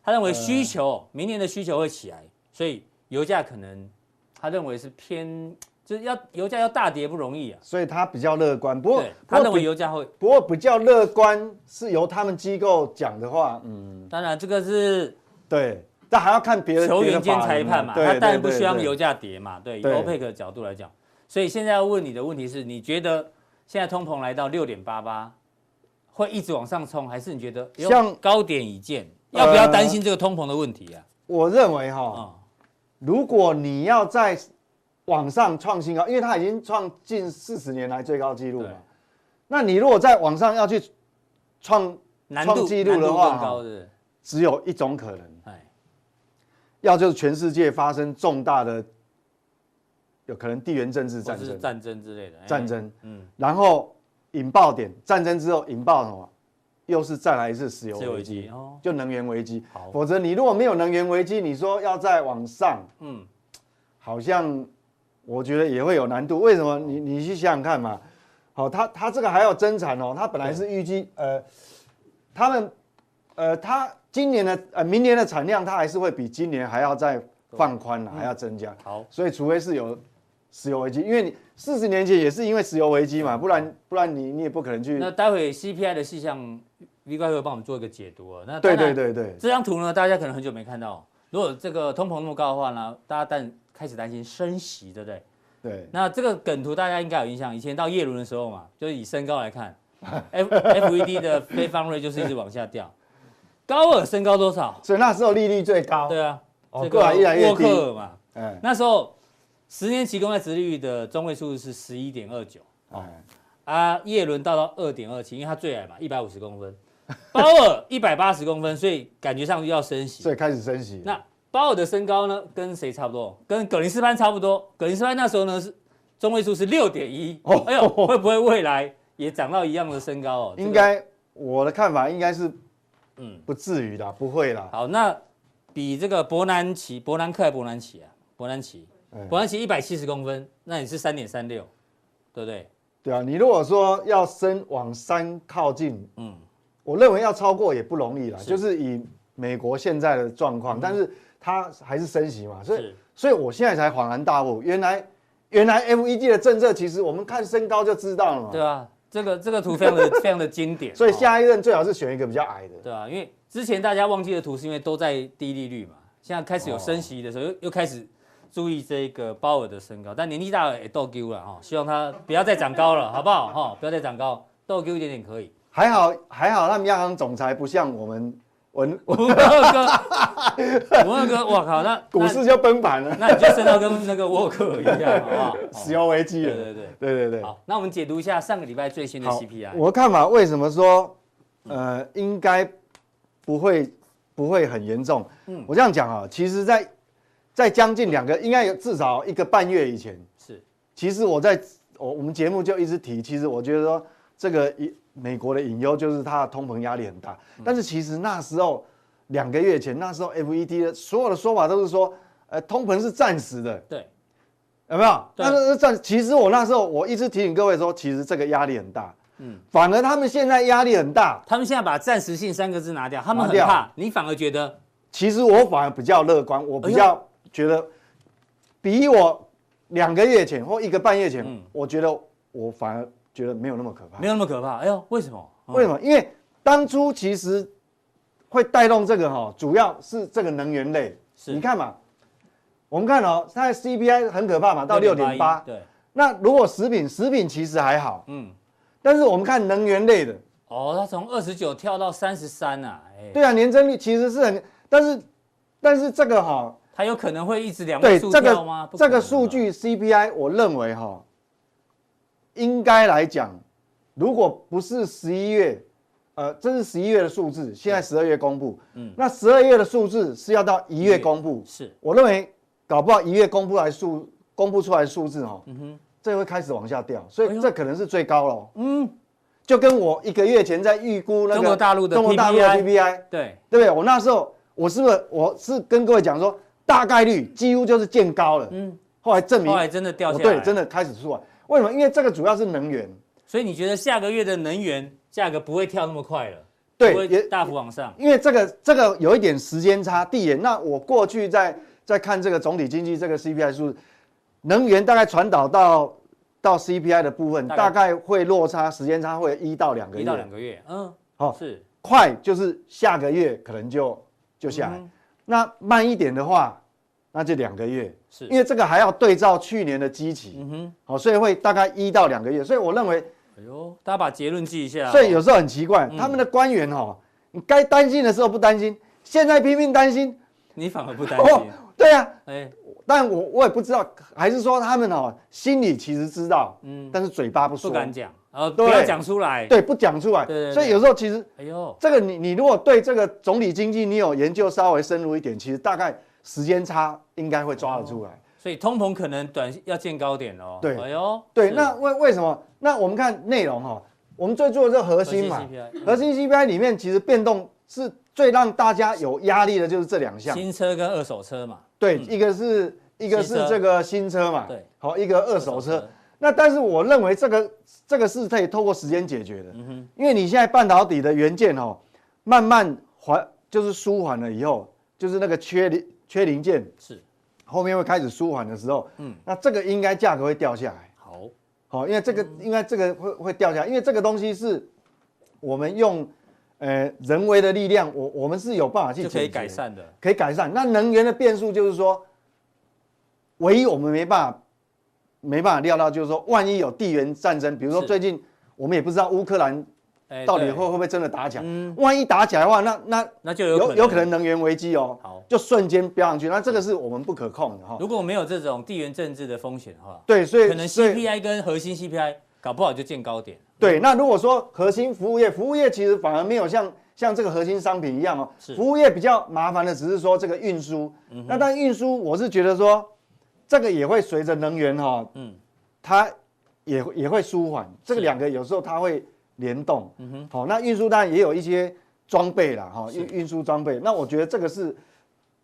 Speaker 1: 他认为需求
Speaker 3: 嗯
Speaker 1: 明年的需求会起来，所以油价可能他认为是偏，就是要油价要大跌不容易啊。
Speaker 3: 所以他比较乐观，不过
Speaker 1: 对，他
Speaker 3: 不
Speaker 1: 认
Speaker 3: 过
Speaker 1: 为
Speaker 3: 比
Speaker 1: 油价会
Speaker 3: 不过比较乐观是由他们机构讲的话，嗯，
Speaker 1: 当然，这个是
Speaker 3: 对，但还要看别人
Speaker 1: 球
Speaker 3: 别的
Speaker 1: 员兼
Speaker 3: 法
Speaker 1: 裁
Speaker 3: 人啊
Speaker 1: 判嘛，
Speaker 3: 对
Speaker 1: 他当
Speaker 3: 对
Speaker 1: 然不
Speaker 3: 对
Speaker 1: 希望
Speaker 3: 对
Speaker 1: 油价跌嘛。对，以
Speaker 3: 对
Speaker 1: OPEC 的角度来讲，所以现在要问你的问题是，你觉得现在通膨来到六点八八，会一直往上冲，还是你觉得哎呦
Speaker 3: 像
Speaker 1: 高点已见，
Speaker 3: 呃
Speaker 1: 要不要担心这个通膨的问题啊？
Speaker 3: 我认为哈，
Speaker 1: 啊，
Speaker 3: 如果你要在往上创新高，因为它已经创近四十年来最高纪录嘛
Speaker 1: 对，
Speaker 3: 那你如果在往上要去创
Speaker 1: 难
Speaker 3: 创
Speaker 1: 度
Speaker 3: 纪录的
Speaker 1: 难度
Speaker 3: 话
Speaker 1: 更高
Speaker 3: 哈
Speaker 1: 的，
Speaker 3: 只有一种可能，
Speaker 1: 哎，
Speaker 3: 要就是全世界发生重大的，有可能地缘政治
Speaker 1: 或
Speaker 3: 战
Speaker 1: 者是
Speaker 3: 争，
Speaker 1: 战争之类的哎
Speaker 3: 战争，
Speaker 1: 嗯，
Speaker 3: 然后引爆点，战争之后引爆什么？又是再来一次石油
Speaker 1: 自由
Speaker 3: 危
Speaker 1: 危
Speaker 3: 机，
Speaker 1: 机哦，
Speaker 3: 就能源危机
Speaker 1: 好。
Speaker 3: 否则你如果没有能源危机，你说要再往上，
Speaker 1: 嗯，
Speaker 3: 好像我觉得也会有难度。为什么？你你去想想看嘛。好，他他这个还要增产哦，他本来是预计呃，他们呃，他今年的呃明年的产量，它还是会比今年还要再放宽啊了，还要增加。
Speaker 1: 好，
Speaker 3: 所以除非是有石油危机，因为你四十年前也是因为石油危机嘛，不然不然你你也不可能去。
Speaker 1: 那待会 CPI 的细项，V 怪会帮我们做一个解读哦。那
Speaker 3: 对
Speaker 1: 当然
Speaker 3: 对对对，
Speaker 1: 这张图呢，大家可能很久没看到。如果这个通膨那么高的话呢，大家但开始担心升息，对不对？
Speaker 3: 对，
Speaker 1: 那这个梗图大家应该有印象，以前到叶伦的时候嘛，就是以身高来 看，F FED 的非方瑞就是一直往下掉。高尔身高多少？
Speaker 3: 所以那时候利率最高，
Speaker 1: 对啊，
Speaker 3: 哦过来越来越
Speaker 1: 沃
Speaker 3: 低
Speaker 1: 克尔嘛，
Speaker 3: 哎
Speaker 1: 那时候十年期公开殖利率的中位数是十一点二九
Speaker 3: 哎，
Speaker 1: 啊，叶伦到到二点二七，因为他最矮嘛，一百五十公分，鲍尔一百八十公分，所以感觉上就要升 息。
Speaker 3: 所以开始升息。
Speaker 1: 那鲍尔的身高呢，跟谁差不多？跟葛林斯潘差不多。葛林斯潘那时候呢是中位数是六点一
Speaker 3: 哦，
Speaker 1: 哎呦，会不会未来也长到一样的身高哦？
Speaker 3: 应
Speaker 1: 这个
Speaker 3: 该我的看法应该是，嗯
Speaker 1: 嗯，
Speaker 3: 不至于啦，不会啦。
Speaker 1: 好。那比这个伯南奇，伯南克还伯南奇啊，伯南奇，
Speaker 3: 哎
Speaker 1: 伯南奇一百七十公分，那你是三点三六，对不对？
Speaker 3: 对啊，你如果说要升往山靠近，
Speaker 1: 嗯，
Speaker 3: 我认为要超过也不容易啦，
Speaker 1: 是嗯
Speaker 3: 就是以美国现在的状况，但是它还是升息嘛，所以
Speaker 1: 是
Speaker 3: 所以我现在才恍然大悟，原来原来 FED 的政策其实我们看身高就知道了嘛
Speaker 1: 对，吧？这个这个图非常的非常的经典，
Speaker 3: 所以
Speaker 1: 哦
Speaker 3: 下一任最好是选一个比较矮的。
Speaker 1: 对啊，因为之前大家忘记的图是因为都在低利率嘛，现在开始有升息的时候，又又开始注意这个鲍尔的身高，但年纪大了也逗丢了哈、哦，希望他不要再长高了，好不好？哈、哦，不要再长高，逗丢一点点可以。
Speaker 3: 还好还好，他们央行总裁不像我们文
Speaker 1: 吴二哥，吴二哥，我靠，那
Speaker 3: 股市就崩盘了，
Speaker 1: 那，那你就升到跟那个沃克一样，好不 好？哦
Speaker 3: 石油危机
Speaker 1: 对
Speaker 3: 了。
Speaker 1: 对对，
Speaker 3: 对对对，
Speaker 1: 好，那我们解读一下上个礼拜最新的
Speaker 3: 好
Speaker 1: CPI，
Speaker 3: 我看法为什么说，
Speaker 1: 嗯
Speaker 3: 呃，应该不会不会很严重。
Speaker 1: 嗯
Speaker 3: 我这样讲啊，其实在在将近两个，应该有至少一个半月以前，
Speaker 1: 是
Speaker 3: 其实我在我我们节目就一直提，其实我觉得说这个一美国的隐忧就是它的通膨压力很大，
Speaker 1: 嗯
Speaker 3: 但是其实那时候两个月前，那时候 FED 的所有的说法都是说，呃，通膨是暂时的，
Speaker 1: 对，
Speaker 3: 有没有？
Speaker 1: 对
Speaker 3: 那那暂，其实我那时候我一直提醒各位说，其实这个压力很大，嗯，反而他们现在压力很大，
Speaker 1: 他们现在把暂时性三个字拿掉，他们
Speaker 3: 拿
Speaker 1: 很
Speaker 3: 掉
Speaker 1: 怕，你反而觉得
Speaker 3: 其实我反而比较乐观，我比较觉得比我两个月前或一个半月前，
Speaker 1: 嗯
Speaker 3: 我觉得我反而觉得没有那么可怕
Speaker 1: 没。有那么可怕，哎呦，为什么？嗯
Speaker 3: 为什么？因为当初其实会带动这个哈、主要是这个能源类。
Speaker 1: 是
Speaker 3: 你看嘛，我们看哦，它的 CPI 很可怕嘛，到六点八。
Speaker 1: 对，
Speaker 3: 那如果食品，食品其实还好，
Speaker 1: 嗯，
Speaker 3: 但是我们看能源类的，
Speaker 1: 哦，它从二十九跳到三十三呐，哎，
Speaker 3: 对啊，年增率其实是很，但是但是这个哈、
Speaker 1: 它有可能会一直两位
Speaker 3: 对
Speaker 1: 数
Speaker 3: 这
Speaker 1: 跳吗
Speaker 3: 个？
Speaker 1: 不可
Speaker 3: 这
Speaker 1: 能啊吧
Speaker 3: 个数，据 CPI，我认为哈、应该来讲，如果不是十一月，呃，这是十一月的数字，现在十二月公布，
Speaker 1: 嗯
Speaker 3: 嗯，那十二月的数字是要到一月公布，
Speaker 1: 是
Speaker 3: 我认为搞不好一月公布来数公布出来的数字哈、哦
Speaker 1: 嗯哼，
Speaker 3: 这会开始往下掉，所
Speaker 1: 哎
Speaker 3: 以
Speaker 1: 呦
Speaker 3: 这可能是最高了。
Speaker 1: 嗯，
Speaker 3: 就跟我一个月前在预估那个
Speaker 1: 中国大陆的
Speaker 3: 中国大陆的
Speaker 1: PPI
Speaker 3: PPI，
Speaker 1: 对，
Speaker 3: 对不对？我那时候我是不是我是跟各位讲说，大概率几乎就是见高了。
Speaker 1: 嗯，
Speaker 3: 后来证明
Speaker 1: 后来真的掉下
Speaker 3: 哦
Speaker 1: 来，
Speaker 3: 对，真，的开始出来。为什么？因为这个主要是能源，
Speaker 1: 所以你觉得下个月的能源价格不会跳那么快了？不
Speaker 3: 对，
Speaker 1: 会
Speaker 3: 也
Speaker 1: 大幅往上，
Speaker 3: 因为这个这个有一点时间差、地缘。那我过去在在看这个总体经济这个 CPI 数字，能源大概传导到到 CPI 的部分，
Speaker 1: 大
Speaker 3: 大
Speaker 1: 概
Speaker 3: 概会落差时间差会一到两个
Speaker 1: 一
Speaker 3: 月，
Speaker 1: 到两个月，嗯，
Speaker 3: 好
Speaker 1: 是
Speaker 3: 快就是下个月可能就就下来。
Speaker 1: 嗯
Speaker 3: 那慢一点的话，那就两个月，
Speaker 1: 是
Speaker 3: 因，为这个还要对照去年的基期，
Speaker 1: 嗯哼，
Speaker 3: 好、所以会大概一到两个月。所以我认为。
Speaker 1: 哎呦，大家把结论记一下哦，
Speaker 3: 所以有时候很奇怪
Speaker 1: 嗯，
Speaker 3: 他们的官员哦，你该担心的时候不担心，现在拼命担心。
Speaker 1: 你反而不担
Speaker 3: 哦
Speaker 1: 心，，
Speaker 3: 对啊，
Speaker 1: 哎，
Speaker 3: 但我我也不知道，还是说他们哦心里其实知道，
Speaker 1: 嗯，
Speaker 3: 但是嘴巴不
Speaker 1: 不
Speaker 3: 说，
Speaker 1: 敢讲，呃，不
Speaker 3: 对
Speaker 1: 要讲出来，，
Speaker 3: 对，不讲出来。
Speaker 1: 对对对
Speaker 3: 所以有时候其实
Speaker 1: 哎呦，
Speaker 3: 这个你你如果对这个总体经济你有研究稍微深入一点，其实大概时间差应该会抓得出来。
Speaker 1: 所以通膨可能短要见高点哦，
Speaker 3: 对
Speaker 1: 哎呦，
Speaker 3: 对，
Speaker 1: 是
Speaker 3: 那为为什么？那我们看内容哈、哦，我们最做的是核心嘛，
Speaker 1: CPI
Speaker 3: 核心 CPI 里面其实变动是最让大家有压力的，就是这两项。
Speaker 1: 新车跟二手车嘛，
Speaker 3: 对，一个是一个是
Speaker 1: 新车
Speaker 3: 这个新车嘛，
Speaker 1: 对，
Speaker 3: 好，一个二手车。，那但是我认为这个这个是可以透过时间解决的，
Speaker 1: 嗯哼，
Speaker 3: 因为你现在半导体的元件哦，慢慢缓就是舒缓了以后，就是那个缺零缺零件
Speaker 1: 是
Speaker 3: 后面会开始舒缓的时候，
Speaker 1: 嗯
Speaker 3: 嗯，那这个应该价格会掉下来，哦
Speaker 1: 好，
Speaker 3: 好，因为这
Speaker 1: 嗯
Speaker 3: 个应该这个会会掉下来，因为这个东西是我们用呃人为的力量，我我们是有办法去
Speaker 1: 就
Speaker 3: 解
Speaker 1: 可以
Speaker 3: 决
Speaker 1: 改
Speaker 3: 的
Speaker 1: 善的，
Speaker 3: 可以改善。那能源的变数就是说，唯一我们没办法没办法料到，就是说，万一有地缘战争，比如说
Speaker 1: 是
Speaker 3: 最近我们也不知道乌克兰
Speaker 1: 哎
Speaker 3: 到底
Speaker 1: 对
Speaker 3: 会会不会真的打起来。
Speaker 1: 嗯，
Speaker 3: 万一打起来的话，那那
Speaker 1: 那就有
Speaker 3: 有
Speaker 1: 有
Speaker 3: 有可能能源危机哦，
Speaker 1: 好。
Speaker 3: 就瞬间飙上去。那这个是我们不可控的哈。
Speaker 1: 如果没有这种地缘政治的风险的话，
Speaker 3: 对，所以
Speaker 1: 可能
Speaker 3: 所以
Speaker 1: CPI 跟核心 CPI 搞不好就见高点。
Speaker 3: 对，那如果说核心服务业，服务业其实反而没有像像这个核心商品一样哦
Speaker 1: 是，嗯
Speaker 3: 服务业比较麻烦的只是说这个运输。那但运输，我是觉得说这个也会随着能源哈、哦，
Speaker 1: 嗯
Speaker 3: 嗯，它也也会舒缓。这
Speaker 1: 是
Speaker 3: 个两个有时候它会联动。
Speaker 1: 嗯哼，
Speaker 3: 好、那运输当然也有一些装备啦，哈、
Speaker 1: 是
Speaker 3: 运运输装备。那我觉得这个是。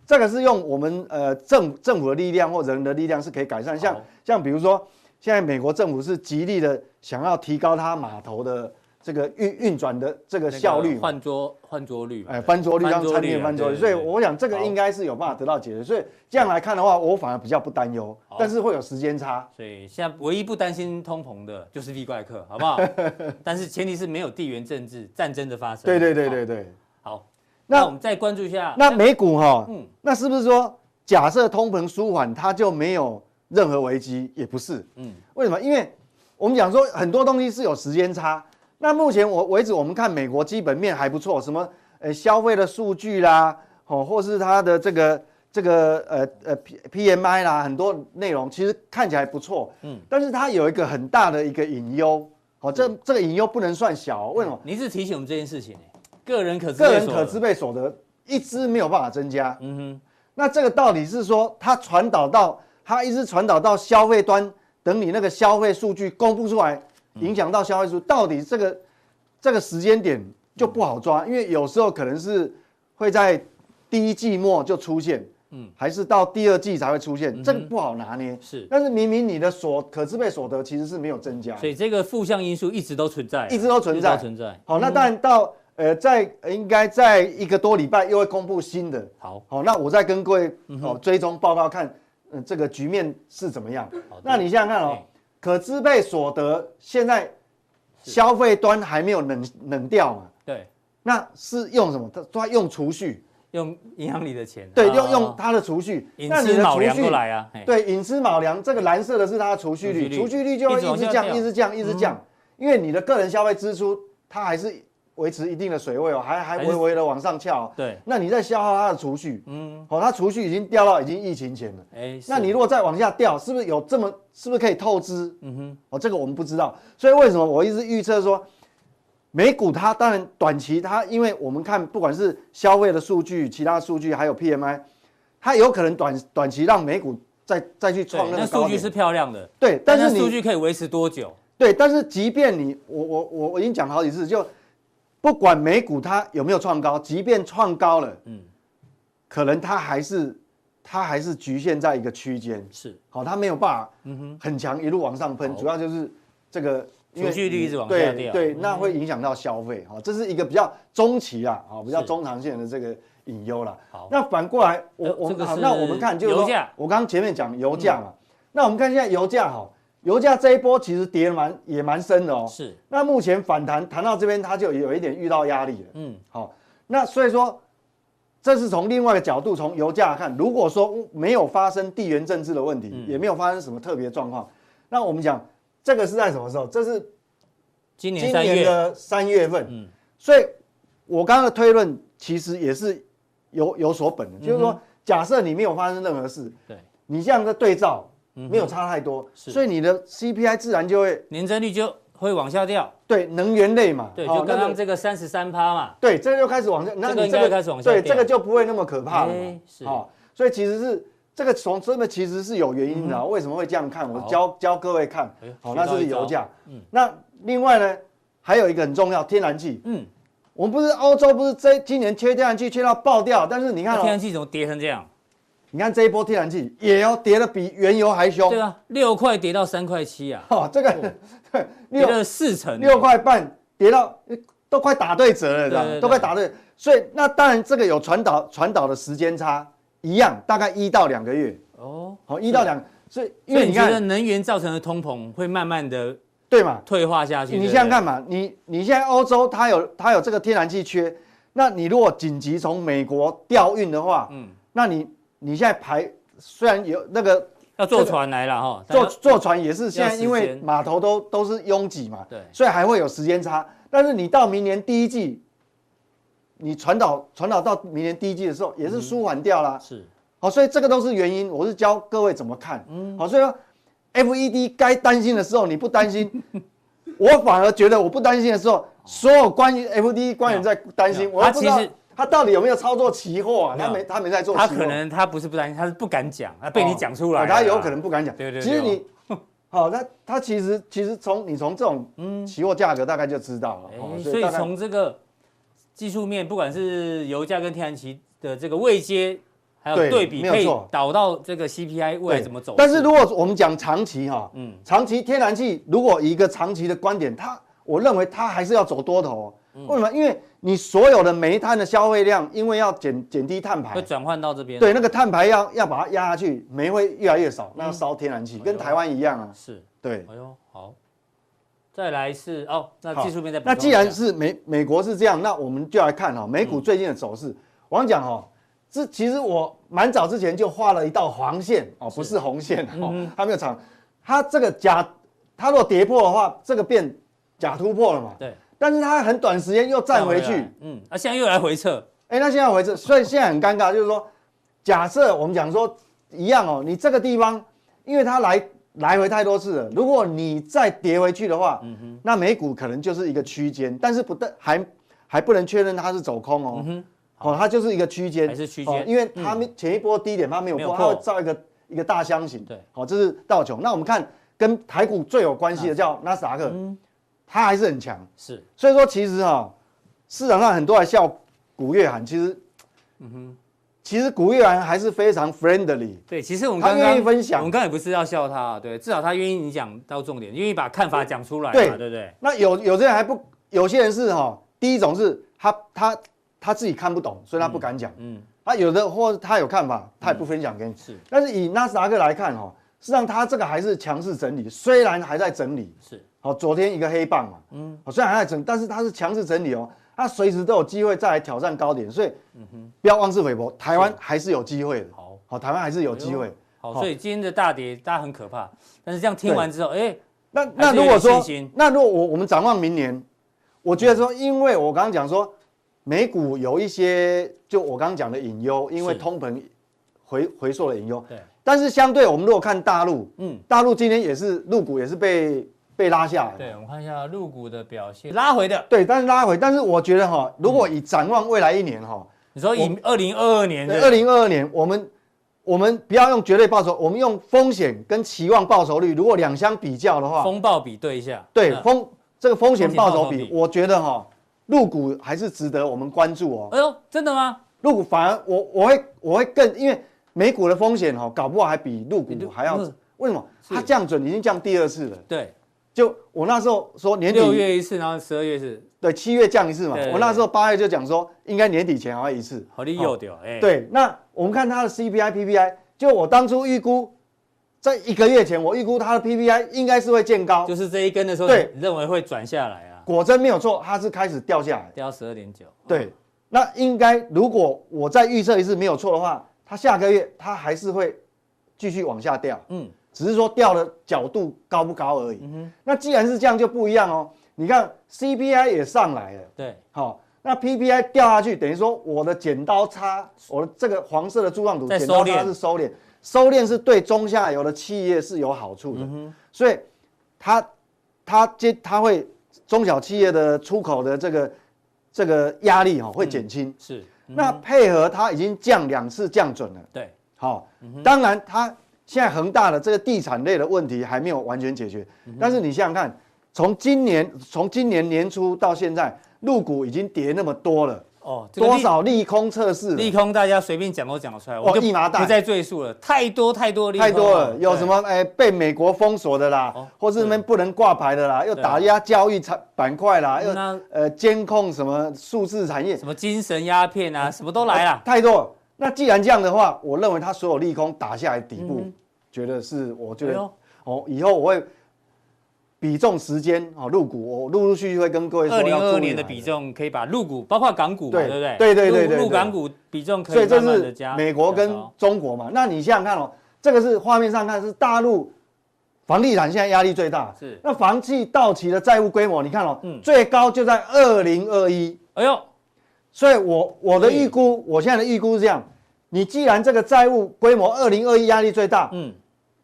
Speaker 3: 这个是用我们呃政政府的力量或人的力量是可以改善，像
Speaker 1: 好
Speaker 3: 像比如说，现在美国政府是极力的想要提高它码头的这个运运转的这个效率嘛。
Speaker 1: 换桌换桌率，啊
Speaker 3: 哎，翻桌率让餐厅翻桌率，
Speaker 1: 对
Speaker 3: 所以
Speaker 1: 对对
Speaker 3: 我想这个
Speaker 1: 好
Speaker 3: 应该是有办法得到解决。所以这样来看的话，我反而比较不担忧
Speaker 1: 好，
Speaker 3: 但是会有时间差。
Speaker 1: 所以现在唯一不担心通膨的就是 V 怪客，好不 好？但是前提是没有地缘政治战争的发生。
Speaker 3: 对对对对对。
Speaker 1: 好，好，
Speaker 3: 那
Speaker 1: 那我们再关注一下，
Speaker 3: 那美股哈
Speaker 1: 啊嗯，
Speaker 3: 那是不是说假设通膨舒缓，它就没有任何危机？也不是，
Speaker 1: 嗯，
Speaker 3: 为什么？因为我们讲说很多东西是有时间差。那目前我为止，我们看美国基本面还不错，什么呃消费的数据啦，哦，或是它的这个这个呃呃 P P M I 啦，很多内容其实看起来不错，
Speaker 1: 嗯嗯
Speaker 3: 嗯，但是它有一个很大的一个隐忧，哦，这这个隐忧不能算小哦，为什么？
Speaker 1: 您是提醒我们这件事情，个人可知，
Speaker 3: 个人可支，配所得一直没有办法增加，
Speaker 1: 嗯
Speaker 3: 那这个道理是说，它传导到它一直传导到消费端，等你那个消费数据公布出来，影响到消费数，到底这个这个时间点就不好
Speaker 1: 嗯
Speaker 3: 抓，因为有时候可能是会在第一季末就出现，嗯，还是到第二季才会出
Speaker 1: 嗯
Speaker 3: 现，这个不好拿捏。
Speaker 1: 哼，是，
Speaker 3: 但是明明你的所可支配所得其实是没有增加的，
Speaker 1: 所以这个负向因素一直都存在啊，
Speaker 3: 一直都存在
Speaker 1: 一直存在。
Speaker 3: 好，那当然到呃，在应该在一个多礼拜又会公布新的。
Speaker 1: 好，
Speaker 3: 好，那我再跟各位
Speaker 1: 嗯
Speaker 3: 哦追踪报告看，嗯，这个局面是怎么样
Speaker 1: 好的？哎
Speaker 3: 那你想想看哦
Speaker 1: 对，
Speaker 3: 可支配所得现在消费端还没有冷冷掉嘛？
Speaker 1: 对，
Speaker 3: 那是用什么？他他用储蓄，
Speaker 1: 用银行里的钱，
Speaker 3: 对，
Speaker 1: 啊
Speaker 3: 用用他的储蓄。
Speaker 1: 隐
Speaker 3: 那你
Speaker 1: 私
Speaker 3: 的
Speaker 1: 卯
Speaker 3: 储
Speaker 1: 粮
Speaker 3: 蓄
Speaker 1: 都，来啊，嘿，
Speaker 3: 对，隐私卯粮，这个蓝色的是它的储蓄
Speaker 1: 储蓄率
Speaker 3: 率，储蓄率就会
Speaker 1: 一直往
Speaker 3: 一直
Speaker 1: 下
Speaker 3: 降，
Speaker 1: 掉嗯
Speaker 3: 一直降，一直降，因为你的个人消费支出它还是维持一定的水位哦，还还
Speaker 1: 还是
Speaker 3: 微微的往上翘哦。
Speaker 1: 对，
Speaker 3: 那你在消耗它的储蓄，
Speaker 1: 嗯，
Speaker 3: 哦，它储蓄已经掉到已经疫情前了。
Speaker 1: 哎，是
Speaker 3: 那你如果再往下掉，是不是有这么？是不是可以透支？
Speaker 1: 嗯哼，
Speaker 3: 哦，这个我们不知道。所以为什么我一直预测说，美股它当然短期它，因为我们看不管是消费的数据、其他数据，还有 PMI，它有可能短短期让美股再再去
Speaker 1: 对
Speaker 3: 创，那
Speaker 1: 那
Speaker 3: 个
Speaker 1: 数
Speaker 3: 高
Speaker 1: 据
Speaker 3: 点。
Speaker 1: 是漂亮的，
Speaker 3: 对，但
Speaker 1: 那
Speaker 3: 是
Speaker 1: 数
Speaker 3: 你
Speaker 1: 据可以维持多久？
Speaker 3: 对，但是即便你我我我我已经讲了好几次，就不管美股它有没有创高，即便创高了，
Speaker 1: 嗯
Speaker 3: 嗯，可能它还是它还是局限在一个区间。
Speaker 1: 是，
Speaker 3: 好，它没有办法，
Speaker 1: 嗯
Speaker 3: 很强一路往上喷，主要就是这个因为
Speaker 1: 储蓄率一直往下
Speaker 3: 对
Speaker 1: 掉嗯
Speaker 3: 对，那会影响到消费，好，这是一个比较中期啊，好，比较
Speaker 1: 是
Speaker 3: 中长线的这个隐忧啦。
Speaker 1: 好
Speaker 3: 那反过来，我
Speaker 1: 呃
Speaker 3: 我
Speaker 1: 这个
Speaker 3: 们好，
Speaker 1: 是
Speaker 3: 那我们看就是说
Speaker 1: 油价，嗯
Speaker 3: 我刚刚前面讲油价嘛，那我们看现在油价哈，油价这一波其实跌得蛮也蛮深的哦，
Speaker 1: 是，
Speaker 3: 那目前反弹谈到这边，它就有一点遇到压力了。
Speaker 1: 嗯，
Speaker 3: 好，那所以说，这是从另外一个角度，从油价看，如果说没有发生地缘政治的问题，
Speaker 1: 嗯
Speaker 3: 也没有发生什么特别状况，那我们讲这个是在什么时候？这是
Speaker 1: 今年
Speaker 3: 今
Speaker 1: 三
Speaker 3: 年
Speaker 1: 月，
Speaker 3: 的三月份。
Speaker 1: 嗯
Speaker 3: 所以我刚刚的推论其实也是有有所本的，就是说，假设你没有发生任何事，
Speaker 1: 嗯对，嗯
Speaker 3: 你这样的对照没有差太多，
Speaker 1: 是
Speaker 3: 所以你的 CPI 自然就会
Speaker 1: 年增率就会往下掉，
Speaker 3: 对能源类嘛，
Speaker 1: 对，
Speaker 3: 好
Speaker 1: 就刚
Speaker 3: 哦那
Speaker 1: 刚
Speaker 3: 个
Speaker 1: 这个三十三趴嘛，
Speaker 3: 对，这个就开始往下，那
Speaker 1: 这个
Speaker 3: 你
Speaker 1: 应
Speaker 3: 这
Speaker 1: 该
Speaker 3: 个
Speaker 1: 开始往下
Speaker 3: 对，
Speaker 1: 掉
Speaker 3: 这个就不会那么可怕了
Speaker 1: 哎
Speaker 3: 嘛。
Speaker 1: 是
Speaker 3: 哦，所以其实是这个从这个其实是有原因的啊，为什么会这样看？我
Speaker 1: 嗯好
Speaker 3: 教教各位看
Speaker 1: 哎呦。
Speaker 3: 好，
Speaker 1: 学
Speaker 3: 那
Speaker 1: 到
Speaker 3: 这是
Speaker 1: 一招嗯
Speaker 3: 油价。那另外呢，还有一个很重要，天然气。
Speaker 1: 嗯，
Speaker 3: 我们不是欧洲不是这今年缺天然气缺到爆掉，但是你看
Speaker 1: 那天然
Speaker 3: 哦，
Speaker 1: 气怎么跌成这样？
Speaker 3: 你看这一波天然气也要跌得比原油还凶
Speaker 1: 对。啊，六块跌到三块七啊，
Speaker 3: 哦，这 个
Speaker 1: 跌
Speaker 3: 六
Speaker 1: 了四成，
Speaker 3: 六块半跌到都快打对折
Speaker 1: 对对
Speaker 3: 了，这
Speaker 1: 对
Speaker 3: 样都快打对。所以那当然这个有传导传导的时间差一样，大概一到两个月，
Speaker 1: 哦，
Speaker 3: 好一到两。所以因
Speaker 1: 所以
Speaker 3: 为
Speaker 1: 你
Speaker 3: 你
Speaker 1: 觉得
Speaker 3: 看
Speaker 1: 能源造成的通膨会慢慢的
Speaker 3: 对嘛，
Speaker 1: 退化下去？
Speaker 3: 你
Speaker 1: 对不
Speaker 3: 想想看
Speaker 1: 对，
Speaker 3: 嘛，你你现在欧洲它有它有这个天然气缺，那你如果紧急从美国调运的话，
Speaker 1: 嗯
Speaker 3: 嗯，那你你现在排虽然有那个
Speaker 1: 要坐船来了哈，
Speaker 3: 坐
Speaker 1: 大家
Speaker 3: 坐船也是现在
Speaker 1: 要时
Speaker 3: 因为
Speaker 1: 间
Speaker 3: 码头都都是拥挤嘛，
Speaker 1: 对
Speaker 3: 所以还会有时间差。但是你到明年第一季，你传导传导到明年第一季的时候，也
Speaker 1: 嗯
Speaker 3: 是舒缓掉啦。
Speaker 1: 是
Speaker 3: 好，所以这个都是原因，我是教各位怎么看。
Speaker 1: 嗯
Speaker 3: 好，所以说 FED 该担心的时候你不担心，我反而觉得我不担心的时候，所有关于 FED 官员在担
Speaker 1: 哦没有
Speaker 3: 心，我
Speaker 1: 他
Speaker 3: 不知道
Speaker 1: 其实
Speaker 3: 他到底有没有操作期货啊？
Speaker 1: 没有
Speaker 3: 他没他没在做期货，
Speaker 1: 他可能他不是不担心，他是不敢讲，他被你讲出来
Speaker 3: 哦
Speaker 1: 了啦，
Speaker 3: 他有可能不敢讲。
Speaker 1: 对哦对对
Speaker 3: 其实你， 好，那他其实其实从你从这种期货价格大概就知道了
Speaker 1: 嗯哎。
Speaker 3: 哦
Speaker 1: 所以
Speaker 3: 大概
Speaker 1: 从这个技术面，不管是油价跟天然气的这个位阶，还有
Speaker 3: 对
Speaker 1: 对比，
Speaker 3: 没有
Speaker 1: 可以
Speaker 3: 错
Speaker 1: 导到这个 CPI 未来
Speaker 3: 对
Speaker 1: 怎么走势。
Speaker 3: 但是如果我们讲长期哈，
Speaker 1: 嗯
Speaker 3: 长期天然气如果以一个长期的观点，它我认为它还是要走多头、
Speaker 1: 嗯
Speaker 3: 哦。为什么？因为你所有的煤炭的消费量，因为要减减低碳排
Speaker 1: 会，转换到这边。
Speaker 3: 对，那个碳排要要把它压下去，煤会越来越少，
Speaker 1: 嗯
Speaker 3: 那要烧天
Speaker 1: 哎
Speaker 3: 然气，跟台湾一样啊。
Speaker 1: 是，
Speaker 3: 对，
Speaker 1: 哎呦，好，再来是哦，那
Speaker 3: 好
Speaker 1: 技术面再补
Speaker 3: 那
Speaker 1: 充
Speaker 3: 既
Speaker 1: 一
Speaker 3: 然嗯
Speaker 1: 下
Speaker 3: 是美美国是这样，那我们就来看哈、哦美股最近的走势。我想讲哈、哦这其实我蛮早之前就画了一道黄线哦，不是红线哦，它没有长，它这个假，它如果跌破的话，这个变假突破了嘛。
Speaker 1: 对
Speaker 3: 但是它很短时间又站回去，
Speaker 1: 来嗯，啊，现在又来回撤，
Speaker 3: 哎、那现在回撤，所以现在很尴尬，就是说，假设我们讲说一样哦，你这个地方，因为它来来回太多次了，如果你再跌回去的话，
Speaker 1: 嗯
Speaker 3: 那美股可能就是一个区间，但是不但还还不能确认它是走空哦，哦，它就是一个区间，
Speaker 1: 嗯还是区间嗯
Speaker 3: 哦因为它们前一波低点它没有
Speaker 1: 没有
Speaker 3: 破，它
Speaker 1: 破
Speaker 3: 会造一个一个大箱型，
Speaker 1: 对
Speaker 3: 好、这是道琼。那我们看跟台股最有关系的叫纳斯达克，
Speaker 1: 嗯
Speaker 3: 它还是很强。
Speaker 1: 是
Speaker 3: 所以说，其实哈、市场上很多人笑古月涵，其实，嗯哼，其实古月涵还是非常 friendly。
Speaker 1: 对。其实我们
Speaker 3: 他
Speaker 1: 刚刚
Speaker 3: 愿意分享
Speaker 1: 我们刚才也不是要笑他啊，对，至少他愿意你讲到重点，愿意把看法讲出来嘛，
Speaker 3: 对
Speaker 1: 对不对？
Speaker 3: 那有有些人还不，有些人是哈、第一种是他他他自己看不懂，所以他不敢讲。
Speaker 1: 嗯，
Speaker 3: 他有的或他有看法，他也不分享给你。
Speaker 1: 是
Speaker 3: 但是以纳斯达克来看哈、事实际上它这个还是强势整理，虽然还在整理。
Speaker 1: 是，
Speaker 3: 好、昨天一个黑棒嘛，嗯，虽然还在整理，但是它是强势整理哦，它随时都有机会再来挑战高点，所以，不要妄自菲薄，台湾还是有机会的。
Speaker 1: 嗯好，
Speaker 3: 好，台湾还是有机会。
Speaker 1: 好，
Speaker 3: 好
Speaker 1: 所以今天的大跌大家很可怕，但是这样听完之后，哎，
Speaker 3: 那
Speaker 1: 还
Speaker 3: 那
Speaker 1: 是
Speaker 3: 如
Speaker 1: 有
Speaker 3: 果
Speaker 1: 点信
Speaker 3: 说
Speaker 1: 心，
Speaker 3: 那如果我我们展望明年，我觉得说，因为我刚刚讲说，美股有一些就我刚刚讲的隐忧，因为
Speaker 1: 是
Speaker 3: 通膨回回溯的隐忧。
Speaker 1: 对，
Speaker 3: 但是相对我们如果看大陆，
Speaker 1: 嗯，
Speaker 3: 大陆今天也是入股也是被被拉下来。
Speaker 1: 对，我们看一下入股的表现，拉回的，
Speaker 3: 对，但是拉回，但是我觉得哈，如果以展望未来一年哈，
Speaker 1: 你说以二零二二嗯年的
Speaker 3: 二零二二年我们我们不要用绝对报酬，我们用风险跟期望报酬率，如果两相比较的话，
Speaker 1: 风暴比对一下，
Speaker 3: 对
Speaker 1: 嗯
Speaker 3: 风这个风险报酬
Speaker 1: 风险报酬
Speaker 3: 比，
Speaker 1: 比
Speaker 3: 我觉得哈、入股还是值得我们关注哦。
Speaker 1: 哎呦，真的吗？
Speaker 3: 入股反而我我会我会更，因为美股的风险哈、搞不好还比入
Speaker 1: 比
Speaker 3: 股
Speaker 1: 入
Speaker 3: 还要
Speaker 1: 嗯。
Speaker 3: 为什么？
Speaker 1: 是
Speaker 3: 它降准已经降第二次了。
Speaker 1: 对，
Speaker 3: 就我那时候说年
Speaker 1: 六
Speaker 3: 底
Speaker 1: 月一次，然后十二月是
Speaker 3: 对七月降一次嘛
Speaker 1: 对对，对
Speaker 3: 我那时候八月就讲说应该年底前还会一次。
Speaker 1: 好利诱掉，哎，，
Speaker 3: 对，那我们看它的 CPI、PPI，就我当初预估，在一个月前我预估它的 PPI 应该是会见高，
Speaker 1: 就是这一根的时候，
Speaker 3: 对
Speaker 1: 你认为会转下来啊，
Speaker 3: 果真没有错，它是开始掉下来。
Speaker 1: 掉到十二点九，
Speaker 3: 对，那应该如果我再预测一次没有错的话，它下个月它还是会继续往下掉，
Speaker 1: 嗯，
Speaker 3: 只是说掉的角度高不高而已。那既然是这样就不一样哦。你看 CPI 也上来了，
Speaker 1: 对，
Speaker 3: 好、那 PPI 掉下去，等于说我的剪刀差，我的这个黄色的柱状图，
Speaker 1: 在
Speaker 3: 剪刀
Speaker 1: 收敛
Speaker 3: 差是收敛，收敛是对中下游的企业是有好处的，
Speaker 1: 嗯
Speaker 3: 所以它它接它会中小企业的出口的这个这个压力哈、哦、会减轻，
Speaker 1: 是，
Speaker 3: 那配合它已经降两次降准了，
Speaker 1: 对，
Speaker 3: 好、当然它现在恒大的这个地产类的问题还没有完全解决，但是你想想看，从今年从今年年初到现在，入股已经跌那么多了，
Speaker 1: 哦，这个
Speaker 3: 多
Speaker 1: 利
Speaker 3: 少利空测试了
Speaker 1: 利空，大家随便讲都讲得出来，我
Speaker 3: 哦
Speaker 1: 就
Speaker 3: 一麻袋
Speaker 1: 不再赘述了，太多太多利空
Speaker 3: 太多了，有
Speaker 1: 对
Speaker 3: 什么哎被美国封锁的啦
Speaker 1: 哦，
Speaker 3: 或是那边不能挂牌的啦，又
Speaker 1: 对
Speaker 3: 打压教育产板块啦，又
Speaker 1: 那
Speaker 3: 呃监控什么数字产业
Speaker 1: 啊什，么精神鸦片
Speaker 3: 嗯
Speaker 1: 啊，什么都来 了，
Speaker 3: 太多了。那既然这样的话，我认为它所有利空打下来底部，觉得是我
Speaker 1: 嗯
Speaker 3: 觉
Speaker 1: 哎
Speaker 3: 得、
Speaker 1: 呦
Speaker 3: 哦，以后我会比重时间哦入股，我陆陆续续会跟各位说
Speaker 1: 二零
Speaker 3: 要
Speaker 1: 二
Speaker 3: 注
Speaker 1: 二
Speaker 3: 意
Speaker 1: 年的
Speaker 3: 哪
Speaker 1: 比
Speaker 3: 个，
Speaker 1: 重可以把入股，包括港股嘛，
Speaker 3: 对
Speaker 1: 对不对？
Speaker 3: 对对对
Speaker 1: 入
Speaker 3: 对
Speaker 1: 入
Speaker 3: 对
Speaker 1: 港股比重可
Speaker 3: 所以
Speaker 1: 以
Speaker 3: 这
Speaker 1: 慢慢的
Speaker 3: 是
Speaker 1: 加。
Speaker 3: 美国跟
Speaker 1: 加高
Speaker 3: 中国嘛。那你想想看哦，这个是画面上看是大陆房地产现在压力最大，
Speaker 1: 是
Speaker 3: 那房企到期的债务规模，你看哦，
Speaker 1: 嗯
Speaker 3: 最高就在二零二一，
Speaker 1: 哎呦，
Speaker 3: 所以我我的
Speaker 1: 所以
Speaker 3: 预估，我现在的预估是这样。你既然这个债务规模二零二一压力最大，
Speaker 1: 嗯，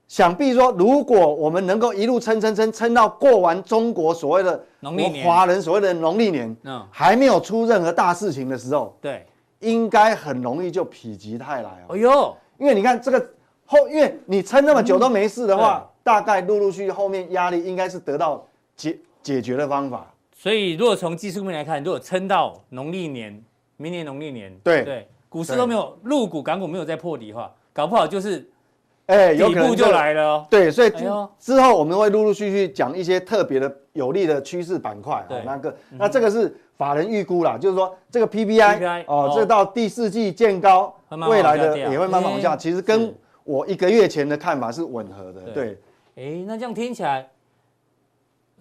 Speaker 3: 想必说，如果我们能够一路撑撑撑撑到过完中国所谓的
Speaker 1: 农历年
Speaker 3: 我华人所谓的农历年，
Speaker 1: 嗯
Speaker 3: 还没有出任何大事情的时候，
Speaker 1: 对，
Speaker 3: 应该很容易就否极泰来
Speaker 1: 哎
Speaker 3: 哦。
Speaker 1: 呦，
Speaker 3: 因为你看这个后，因为你撑那么久都没事的话，
Speaker 1: 嗯
Speaker 3: 大概陆陆续续后面压力应该是得到解解决的方法。
Speaker 1: 所以如果从技术面来看，如果撑到农历年，明年农历年，
Speaker 3: 对
Speaker 1: 对，股市都没有入股，港股没有再破底的话，搞不好就是
Speaker 3: 哎，有
Speaker 1: 底
Speaker 3: 可能
Speaker 1: 部就
Speaker 3: 这
Speaker 1: 来了哦。
Speaker 3: 对，所以
Speaker 1: 哎呦
Speaker 3: 之后我们会陆陆续续讲一些特别的有利的趋势板块。
Speaker 1: 对嗯
Speaker 3: 哦那个，那这个是法人预估啦，就是说这个 PPI
Speaker 1: PPI
Speaker 3: 哦
Speaker 1: 哦，
Speaker 3: 这到第四季见高
Speaker 1: 慢，慢
Speaker 3: 未来
Speaker 1: 往
Speaker 3: 的
Speaker 1: 下掉
Speaker 3: 也会慢慢往下。
Speaker 1: 哎
Speaker 3: 其实
Speaker 1: 是
Speaker 3: 跟我一个月前的看法是吻合的。
Speaker 1: 对
Speaker 3: 对，
Speaker 1: 哎，那这样听起来，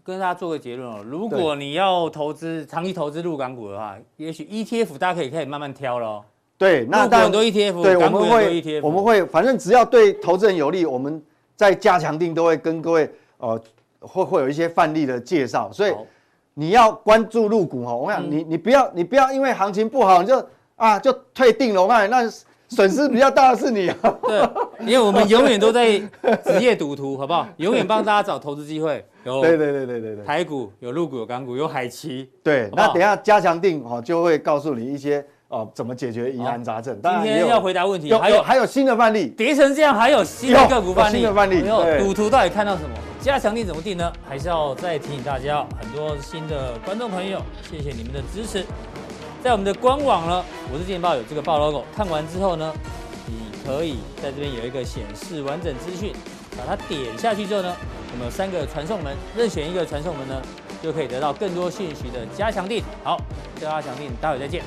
Speaker 1: 跟大家做个结论哦。如果你要投资长期投资入港股的话，也许 ETF 大家可以开始慢慢挑喽。
Speaker 3: 对，那
Speaker 1: 入股
Speaker 3: 当
Speaker 1: 很
Speaker 3: 然
Speaker 1: 多 ETF，
Speaker 3: 对，我
Speaker 1: 港股
Speaker 3: 们
Speaker 1: 很多 E
Speaker 3: 会
Speaker 1: ETF，
Speaker 3: 我们会，反正只要对投资人有利，我们在加强定都会跟各位呃，会会有一些范例的介绍。所以
Speaker 1: 好
Speaker 3: 你要关注入股哈，我
Speaker 1: 嗯
Speaker 3: 想你你不要你不要因为行情不好你就啊就退定了，我看那损失比较大的是你啊。
Speaker 1: 对，因为我们永远都在职业赌徒，好不好？永远帮大家找投资机会，有
Speaker 3: 对对对对对对
Speaker 1: 台股、有入股、有港股、有海奇。
Speaker 3: 对
Speaker 1: 好，不好
Speaker 3: 那等一下加强定哈就会告诉你一些哦怎么解决疑难杂症。当
Speaker 1: 今
Speaker 3: 然也
Speaker 1: 天要
Speaker 3: 有
Speaker 1: 回答问题，
Speaker 3: 有
Speaker 1: 还
Speaker 3: 有
Speaker 1: 有
Speaker 3: 还有新的范例，
Speaker 1: 跌成这样，还有新的个股范例，
Speaker 3: 有有新的范例
Speaker 1: 哎呦
Speaker 3: 对
Speaker 1: 赌徒到底看到什么？加强力怎么定呢？还是要再提醒大家哦，很多新的观众朋友，谢谢你们的支持。在我们的官网呢，我是健报有这个报 logo，看完之后呢，你可以在这边有一个显示完整资讯，把它点下去之后呢，我们有三个传送门，任选一个传送门呢，就可以得到更多讯息的加强力。好，这个加强力，待会再见，